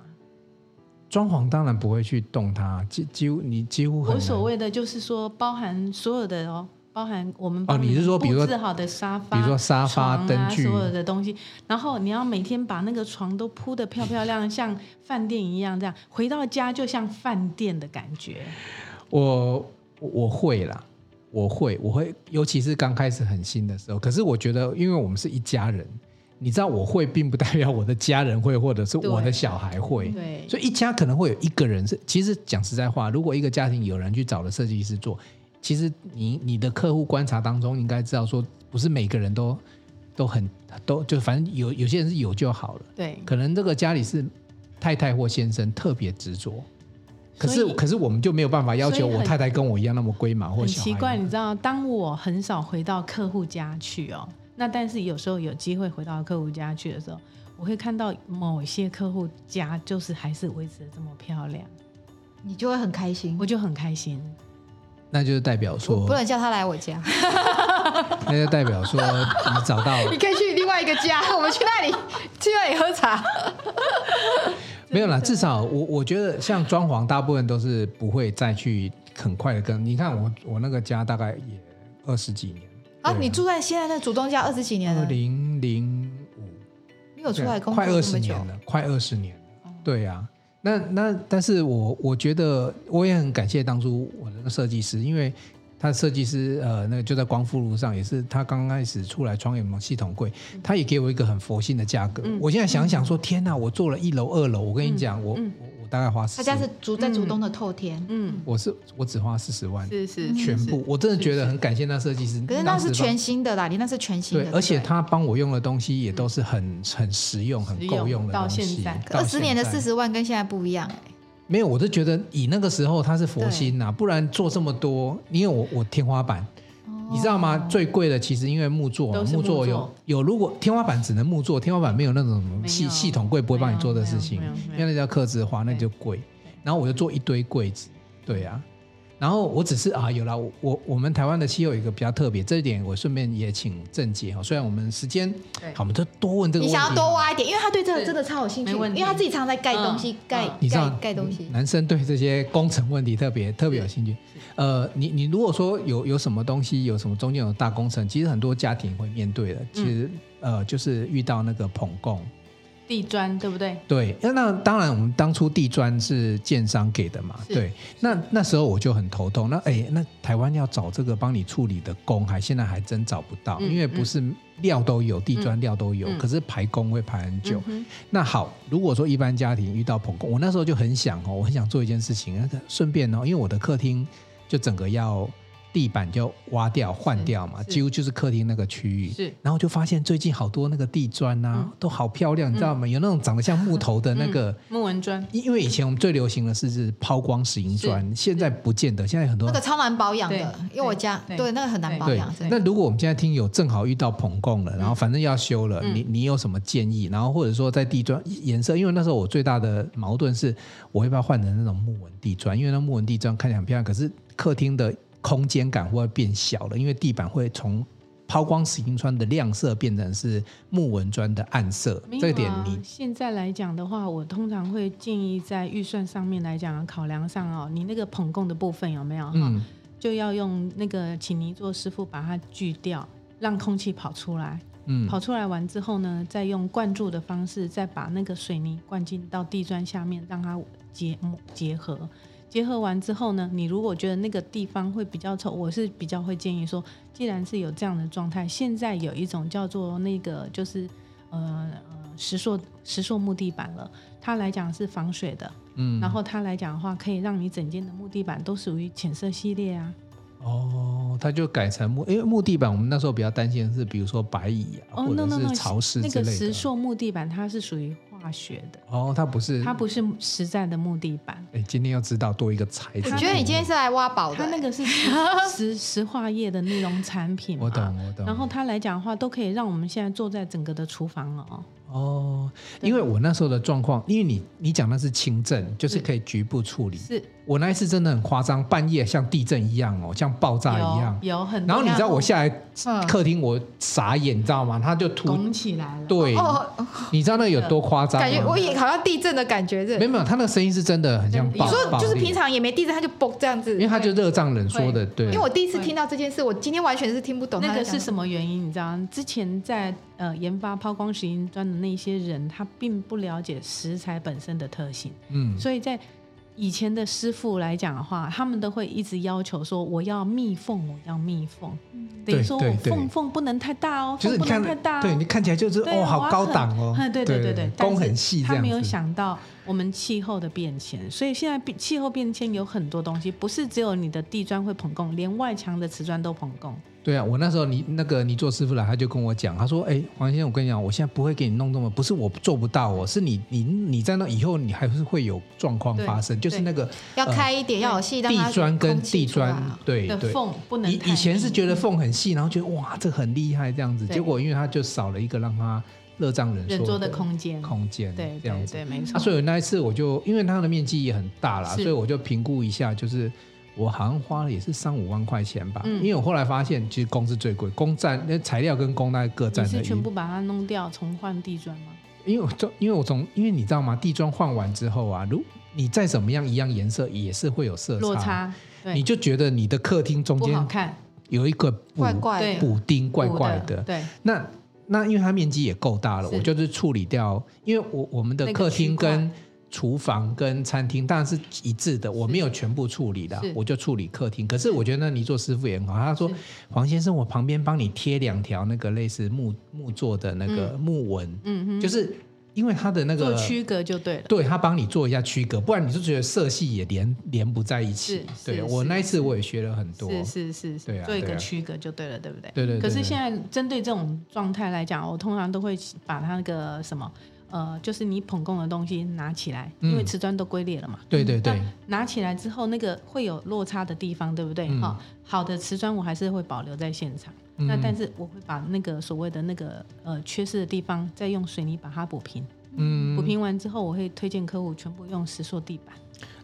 A: 装潢当然不会去动它，几几乎你几乎很
C: 我
A: 难
C: 所谓的就是说，包含所有的哦，包含我们帮
A: 哦你是
C: 们
A: 说比如说
C: 布置好的沙发，
A: 比如说沙发
C: 床啊
A: 灯具
C: 所有的东西，然后你要每天把那个床都铺得漂漂亮，亮，像饭店一样，这样回到家就像饭店的感觉。
A: 我我我会啦，我会，我会，尤其是刚开始很新的时候。可是我觉得，因为我们是一家人，你知道我会，并不代表我的家人会，或者是我的
C: 对
A: 小孩会。
C: 对，
A: 所以一家可能会有一个人是，其实讲实在话，如果一个家庭有人去找了设计师做，其实你你的客户观察当中应该知道说，不是每个人都都很都就反正有有些人是有就好了。
C: 对，
A: 可能这个家里是太太或先生特别执着，可是
C: 所以
A: 可是我们就没有办法要求
C: 所以很
A: 我太太跟我一样那么龟毛或
C: 很
A: 小孩
C: 奇怪，你知道，当我很少回到客户家去哦，那但是有时候有机会回到客户家去的时候，我会看到某些客户家就是还是维持的这么漂亮，
B: 你就会很开心
C: 我。就很开心。
A: 那就是代表
B: 我
A: 说
B: 不，能叫他来我家，
A: 那就代表说你找到
B: 你可以去另外一个 家，我们去那里去那里喝茶。
A: 没有啦，至少我我觉得像装潢，大部分都是不会再去很快的跟。你看我我那个家大概也二十几年
B: 啊，
A: 对
B: 你住在现在那祖宗家二十几年
A: 二
B: 了，
A: 零零五
B: 你有出来工作
A: 快二
B: 这
A: 十
B: 么
A: 年
B: 久，哦
A: 了，快二十年了，对呀、那那但是我我觉得我也很感谢当初我的那个设计师，因为他设计师呃那个就在光复路上，也是他刚开始出来创业嘛系统柜，
B: 嗯
A: 他也给我一个很佛心的价格。
C: 嗯
A: 我现在想想说，天哪，我做了一楼二楼，我跟你讲，我
C: 嗯
A: 我我大概花十，
B: 他家是住在竹东的透天，
C: 嗯，
A: 我是我只花四十万，
C: 是是
B: 嗯
C: 是
A: 全部
C: 是
A: 我真的觉得很感谢那设计师。
B: 可是那
A: 当时
B: 是
A: 帮
B: 全新的啦，你那是全新的，
A: 对，而且
B: 不
A: 他帮我用的东西也都是很很实用、很
C: 实用
A: 够用的
C: 到
A: 东西。
C: 现在
A: 到
B: 二十年的
A: 现在
B: 四十万跟现在不一样、欸，
A: 没有，我就觉得以那个时候他是佛心呐、不然做这么多，因为我我天花板，你知道吗？最贵的其实因为木座嘛，
C: 哦都是木
A: 座
C: 座
A: 有有，如果天花板只能木座，天花板没有那种
C: 有
A: 系系统柜不会帮你做的事情
C: 没有没有，没
A: 因
C: 有
A: 为那叫刻字化，那就贵。然后我就做一堆柜子，对呀、然后我只是啊，有啦，我我我们台湾的气候有一个比较特别，这一点我顺便也请郑姐哈，哦虽然我们时间
C: 对
A: 好，我们就多问这个
B: 你
A: 问题。
B: 想要多挖一点，因为他对这个
C: 是
B: 真的超有兴趣，
C: 没问
B: 因
C: 题
B: 为他自己常在盖东西，盖
C: 嗯
A: 你知
B: 盖
A: 道
B: 盖东西。
A: 男生对这些工程问题特别特别有兴趣。呃，你你如果说有有什么东西，有什么中间有大工程，其实很多家庭会面对的。其实、
B: 嗯
A: 呃，就是遇到那个捧供，
C: 地砖对不对？
A: 对，那那当然，我们当初地砖是建商给的嘛，
C: 是
A: 对。那那时候我就很头痛，那哎，那台湾要找这个帮你处理的工，还现在还真找不到，
C: 嗯
A: 因为不是料都有，地砖料都有，
C: 嗯
A: 可是排工会排很久。
C: 嗯
A: 那好，如果说一般家庭遇到捧工，我那时候就很想哦，我很想做一件事情，那个顺便哦，因为我的客厅就整个要地板就挖掉换掉嘛，
C: 是
A: 几乎就是客厅那个区域。
C: 是
A: 然后就发现最近好多那个地砖
B: 嗯
A: 啊，都好漂亮，你知道吗？有那种长得像木头的那个。
C: 木纹砖，
A: 因因为以前我们最流行的是是抛光石英砖，现在不见得，现在很多
B: 那个超难保养的
C: 对，
B: 因为我家
C: 对
B: 对那个很难保
A: 对
B: 养，真的。
A: 那如果我们现在听友正好遇到棚供了，然后反正要修了，
C: 嗯
A: 你你有什么建议？然后或者说在地砖颜色，因为那时候我最大的矛盾是，我要不要换成那种木纹地砖？因为那木纹地砖看起来很漂亮，可是客厅的空间感会变小了，因为地板会从。抛光石英砖的亮色变成是木纹砖的暗色，
C: 没有啊
A: 这点你
C: 现在来讲的话，我通常会建议在预算上面来讲考量上哦，你那个捧供的部分有没有哈？
A: 嗯
C: 就要用那个请泥做师傅把它锯掉，让空气跑出来。
A: 嗯
C: 跑出来完之后呢，再用灌注的方式，再把那个水泥灌进到地砖下面，让它结结合。结合完之后呢，你如果觉得那个地方会比较臭，我是比较会建议说，既然是有这样的状态，现在有一种叫做那个就是呃呃石塑石塑木地板了，它来讲是防水的，
A: 嗯，
C: 然后它来讲的话，可以让你整间的木地板都属于浅色系列啊。
A: 哦，它就改成木，因为木地板我们那时候比较担心的是，比如说白蚁啊，
C: 哦
A: 或
C: ，no no
A: 者
C: no，
A: 是潮湿
C: 那
A: 之
C: 个
A: 类的。
C: 石塑木地板它是属于化学的。
A: 哦，它不是，
C: 它不是实在的木地板，
A: 哎，今天要知道多一个材质。
B: 我觉得你今天是来挖宝的
C: 它那
B: 欸，
C: 个 是石石石化业的那种产品嘛。
A: 我懂，
B: 啊
A: 我懂。
C: 然后它来讲的话，都可以让我们现在坐在整个的厨房了哦。
A: 哦，
C: 对
A: 因为我那时候的状况，因为你你讲那是轻症，就是
C: 是
A: 可以局部处理。
C: 是
A: 我那一次真的很夸张，半夜像地震一样哦，像爆炸一样
C: 有。有很多
A: 然
C: 样，
A: 后你知道我下来
B: 哦嗯
A: 客厅，我傻眼，你知道吗？它就突
C: 拱起来了，
A: 对，
B: 哦，
A: 你知道那有多夸张吗？
B: 感觉我也好像地震的感觉是
A: 没。有没有，它那个声音是真的很像
C: 你
A: 爆
B: 你说
A: 爆
B: 就是
A: 裂
B: 平常也没地震，他就嘣这样子
A: 因为。他就热胀冷缩的，对，
B: 因为我第一次
C: 对
B: 听到这件事，我今天完全是听不懂
C: 那
B: 他在
C: 个
B: 讲
C: 是什么原因？你知道，之前在呃研发抛光石英砖的那些人，他并不了解石材本身的特性，
A: 嗯，
C: 所以在以前的师傅来讲的话，他们都会一直要求说，我要密缝，我要密缝，等于说
A: 对
C: 我
A: 对
C: 缝缝不能太大哦，
A: 就是
C: 缝
A: 你
C: 不能
A: 看
C: 太大、哦，
A: 对你看起来就是
C: 对
A: 哦，好
C: 哇
A: 高档哦
C: 很，嗯对对对对，但
A: 弓
C: 是
A: 很细这
C: 他
A: 样
C: 没有
A: 子，
C: 想到我们气候的变迁，所以现在变气候变迁有很多东西，不是只有你的地砖会膨供，连外墙的瓷砖都膨供。
A: 对啊，我那时候你那个你做师傅来，他就跟我讲，他说，哎，黄先生，我跟你讲，我现在不会给你弄这么，不是我做不到哦，是你你你在那以后你还是会有状况
C: 对
A: 发生，就是
C: 对
A: 那个
B: 要
A: 呃
B: 开一点，要有戏，让它
A: 地砖跟
B: 空气
A: 地
B: 出来
A: 砖
B: 啊，
A: 对
C: 的
A: 对。
C: 缝不能
A: 以
C: 太
A: 以前是
C: 密
A: 觉得缝很细，然后觉得哇，这很厉害这样子，
C: 对
A: 结果因为它就少了一个让它热胀冷
C: 人
A: 缩
C: 多的空间，
A: 空间，
C: 对
A: 这样
C: 对
A: 子。
C: 对，没
A: 啊，
C: 错。
A: 所以那一次我就因为它的面积也很大啦，
C: 是
A: 所以我就评估一下，就是我好像花了也是三五万块钱吧。
C: 嗯
A: 因为我后来发现，其实工是最贵，工占那材料跟工大概各
C: 你
A: 占了
C: 是
A: 一。
C: 全部把它弄掉，重换地砖吗？
A: 因为我从因为我从因为你知道吗？地砖换完之后啊，如你再怎么样一样颜色也是会有色
C: 落
A: 差，
C: 差，对，
A: 你就觉得你的客厅中
C: 不好
A: 间
C: 看，
A: 有一个补
B: 怪怪的
C: 对
A: 补丁怪
C: 补
A: 怪的，
C: 对，
A: 那那因为它面积也够大了，
C: 是
A: 我就是处理掉，因为我我们的
C: 那个
A: 客厅
C: 区块
A: 跟厨房跟餐厅当然是一致的，我没有全部处理的
C: 是，
A: 我就处理客厅。可是我觉得那泥做师傅也很好，他说
C: 是
A: 黄先生，我旁边帮你贴两条那个类似木木做的那个木纹，
C: 嗯哼，
A: 就是因为它的那
C: 做
A: 个。
C: 区隔就对了，
A: 对他帮你做一下区隔，不然你就觉得色系也连连不在一起。
C: 是
A: 对
C: 是
A: 我
C: 是
A: 那一次我也学了很多，
C: 是是是是，
A: 对啊
C: 做一
A: 对
C: 个
A: 啊
C: 区隔就对了，对不对？
A: 对对对
C: 可是
A: 对
C: 现在针对这种状态来讲，我通常都会把它那个什么，呃，就是你捧供的东西拿起来，
A: 嗯
C: 因为瓷砖都龟裂了嘛。
A: 对对对，
C: 那拿起来之后，那个会有落差的地方，对不对？
A: 嗯
C: 哈、好的瓷砖我还是会保留在现场，
A: 嗯
C: 那但是我会把那个所谓的那个呃缺失的地方，再用水泥把它补平。
A: 嗯
C: 补平完之后，我会推荐客户全部用石塑地板。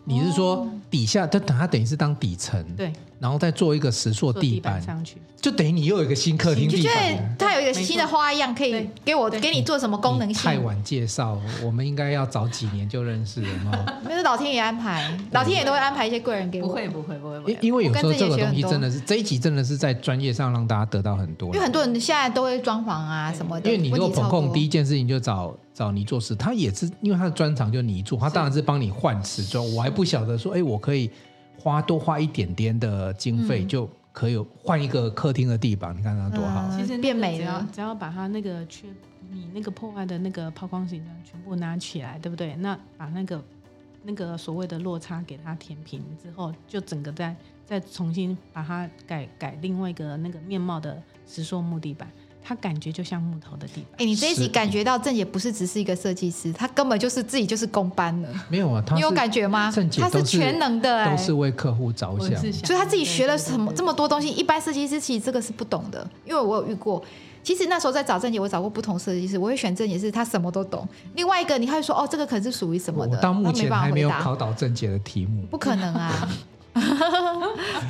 A: 你是说
B: 哦
A: 底下，它它等于是当底层，
C: 对，
A: 然后再做一个石塑
C: 做
A: 地
C: 板
A: 板，
C: 上去。
A: 就等于你又有一个新客厅
B: 就
A: 地
B: 觉
A: 板。
B: 得它有一个新的花样，可以
C: 对
B: 给我
C: 对
B: 给你做什么功能
A: 你太
B: 性？
A: 晚介绍，我们应该要早几年就认识了嘛。
B: 没有老天爷安排，老天爷都会安排一些贵人给我。
C: 不会，不会不会不
A: 因
C: 会，
A: 因为有时候
B: 我跟
A: 这
B: 郑
A: 个
B: 也学
A: 东
B: 很
A: 西
B: 多
A: 真的是这一集真的是在专业上让大家得到很多
B: 因为。很多人现在都会装潢啊什么的，
A: 因为你如果
B: 问题
A: 捧
B: 超
A: 控
B: 多
A: 第一件事情就找找泥做师，他也是因为他的专长就泥做，他当然是帮你换瓷砖。我还不晓得说，哎，我可以花多花一点点的经费，
B: 嗯
A: 就可以换一个客厅的地板，你看它多好。
B: 嗯
C: 其实那个
B: 变美
C: 只要
B: 了
C: 只要把它那个缺你那个破坏的那个抛光形状全部拿起来，对不对？那把那个那个所谓的落差给它填平之后，就整个再再重新把它改改另外一个那个面貌的石塑木地板，它感觉就像木头的地板。
B: 哎，你这一集
A: 是
B: 感觉到郑姐不是只是一个设计师，她根本就是自己就是工班了，
A: 没有啊，他
B: 你有
A: 是
B: 感觉吗
A: 郑？姐
B: 她
A: 都是
B: 全能的哎
A: 都，是为客户着
C: 我
A: 想。
C: 是想，
B: 所以她自己学了什么这
C: 么
B: 么多东西，一般设计师其实这个是不懂的，因为我有遇过。其实那时候在找郑姐，我找过不同设计师，我会选郑姐是她什么都懂。另外一个，你还会说哦，这个可能是属于什么
A: 我
B: 的，
A: 到目
B: 她没
A: 前
B: 办
A: 还
B: 法
A: 没有
B: 回答。
A: 考到正解的题目。
B: 不可能 啊！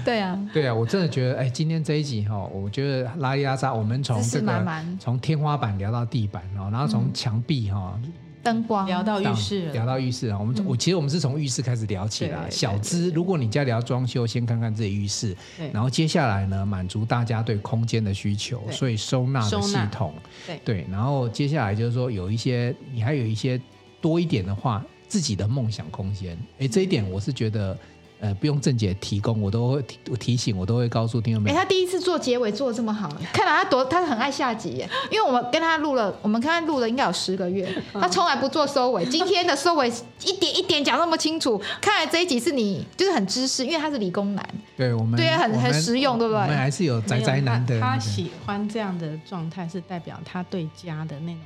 B: 对啊，
A: 对啊，我真的觉得，哎，今天这一集哈、我觉得拉力拉撒，我们从
B: 知识
A: 这个
B: 满满
A: 从天花板聊到地板哦，然后从墙壁哈、哦
B: 灯光
C: 聊到浴
A: 到
C: 室了嗯
A: 聊到浴室啊，我们从我其实我们是从浴室开始聊起
C: 对
A: 来。
C: 对
A: 小
C: 对
A: 资，如果你家里要装修，先看看自己浴室，
C: 对
A: 然后接下来呢，满足大家对空间的需求，
C: 对
A: 所以收纳的
C: 收
A: 系
C: 纳
A: 统，
C: 对
A: 然后接下来就是说有一些你还有一些多一点的话，自己的梦想空间，哎，这一点
C: 嗯
A: 我是觉得。呃，不用郑姐提供，我都会提我提醒，我都会告诉听众
B: 哎、
A: 朋友。
B: 他第一次做结尾做的这么好，看来他多他很爱下集耶。因为我们跟他录了，我们跟他录了应该有十个月，
A: 嗯
B: 他从来不做收尾。今天的收尾一点一点讲那么清楚，看来这一集是你就是很知识，因为他是理工男，
A: 对我们
B: 对很
A: 我们
B: 很实用对不对
A: 我们还是有宅
C: 没有
A: 宅男的
C: 他，
A: 那
C: 他
A: 个
C: 喜欢这样的状态，是代表他对家的那种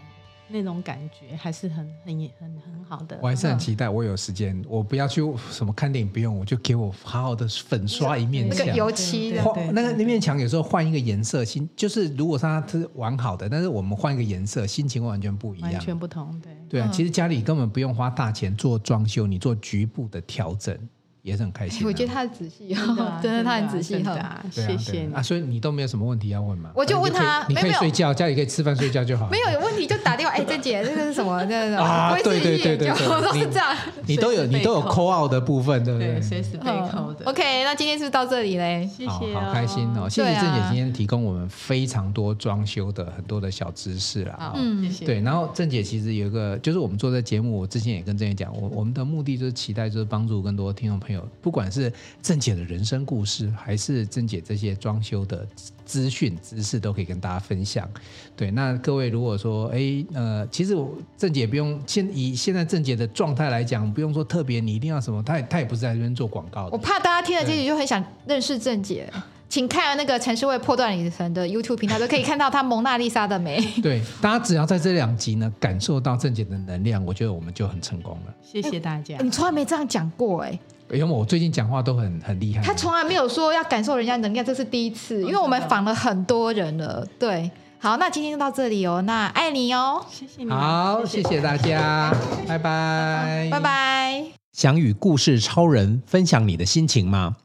C: 那种感觉，还是很很很很好的。
A: 我还是很
C: 嗯
A: 期待，我有时间，我不要去什么看电影，不用，我就给我好好的粉刷一面
B: 嗯那
A: 墙
B: 个。油漆
C: 对
B: 的
C: 对对
A: 换那个那面墙有时候换一个颜色，心就是如果是它是完好的，但是我们换一个颜色，心情会完全不一
C: 完
A: 样。
C: 全不同，对。
A: 对啊，
B: 嗯
A: 其实家里根本不用花大钱做装修，你做局部的调整也是很开心啊、
B: 哎我觉得他很仔细
C: 真的啊
B: 哦， 真的他很仔细
C: 真的
B: 哈。
C: 啊
A: 对啊
C: 谢谢
A: 对啊
C: 你
A: 啊，。所以你都没有什么问题要问吗？哎
B: 我就问他
A: 你可以你可以
B: 没有没有
A: 睡觉，家里可以吃饭睡觉就好。
B: 没有有问题就打电话，哎、郑姐，这个是什么？这个
A: 啊
B: 我
A: 对对对对对
B: 我都是
A: 你
B: 这样。
A: 你都有
C: 随时
A: 你都有
C: 备
A: call out 的部分，对不啊
C: 对，随时被扣
B: 嗯
C: 的。
B: OK，那今天是不是到这里嘞？
C: 谢谢
A: 好
C: 哦，
A: 好开心哦！谢谢
B: 对啊
A: 郑姐今天提供我们非常多装修的很多的小知识啦。
C: 好，
A: 哦
B: 嗯
C: 谢谢。
A: 对，，然后郑姐其实有一个，就是我们做这节目，我之前也跟郑姐讲，我我们的目的就是期待，就是帮助更多听众朋友，不管是郑姐的人生故事，还是郑姐这些装修的资资讯知识，都可以跟大家分享。对，那各位如果说，哎，呃，其实我郑姐不用现以现在郑姐的状态来讲，不用说特别，你一定要什么，她也她也不是在这边做广告
B: 我
A: 的。
B: 怕大家听了这集就很想认识郑姐，请看那个《城市会破断旅程》的 YouTube 频道，就可以看到她蒙娜丽莎的美。
A: 对，大家只要在这两集呢感受到郑姐的能量，我觉得我们就很成功了。
C: 谢谢大家。
B: 你从来没这样讲过哎、
A: 因为我最近讲话都很很厉害。
B: 她从来没有说要感受人家能量，这是第一次，因为我们访了很多人了。对，好，那今天就到这里哦，那爱你哦，
C: 谢谢你们。
A: 好，谢谢大家，拜拜，
B: 拜。拜。
D: 想与故事超人分享你的心情吗？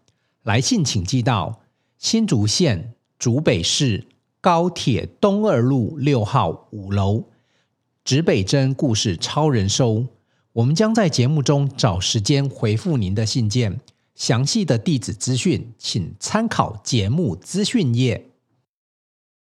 D: 来信请寄到新竹县竹北市高铁东二路六号五楼指北针故事超人收，
A: 我们将在节目中找时间回复您的信件，详细的地址资讯请参考节目资讯页。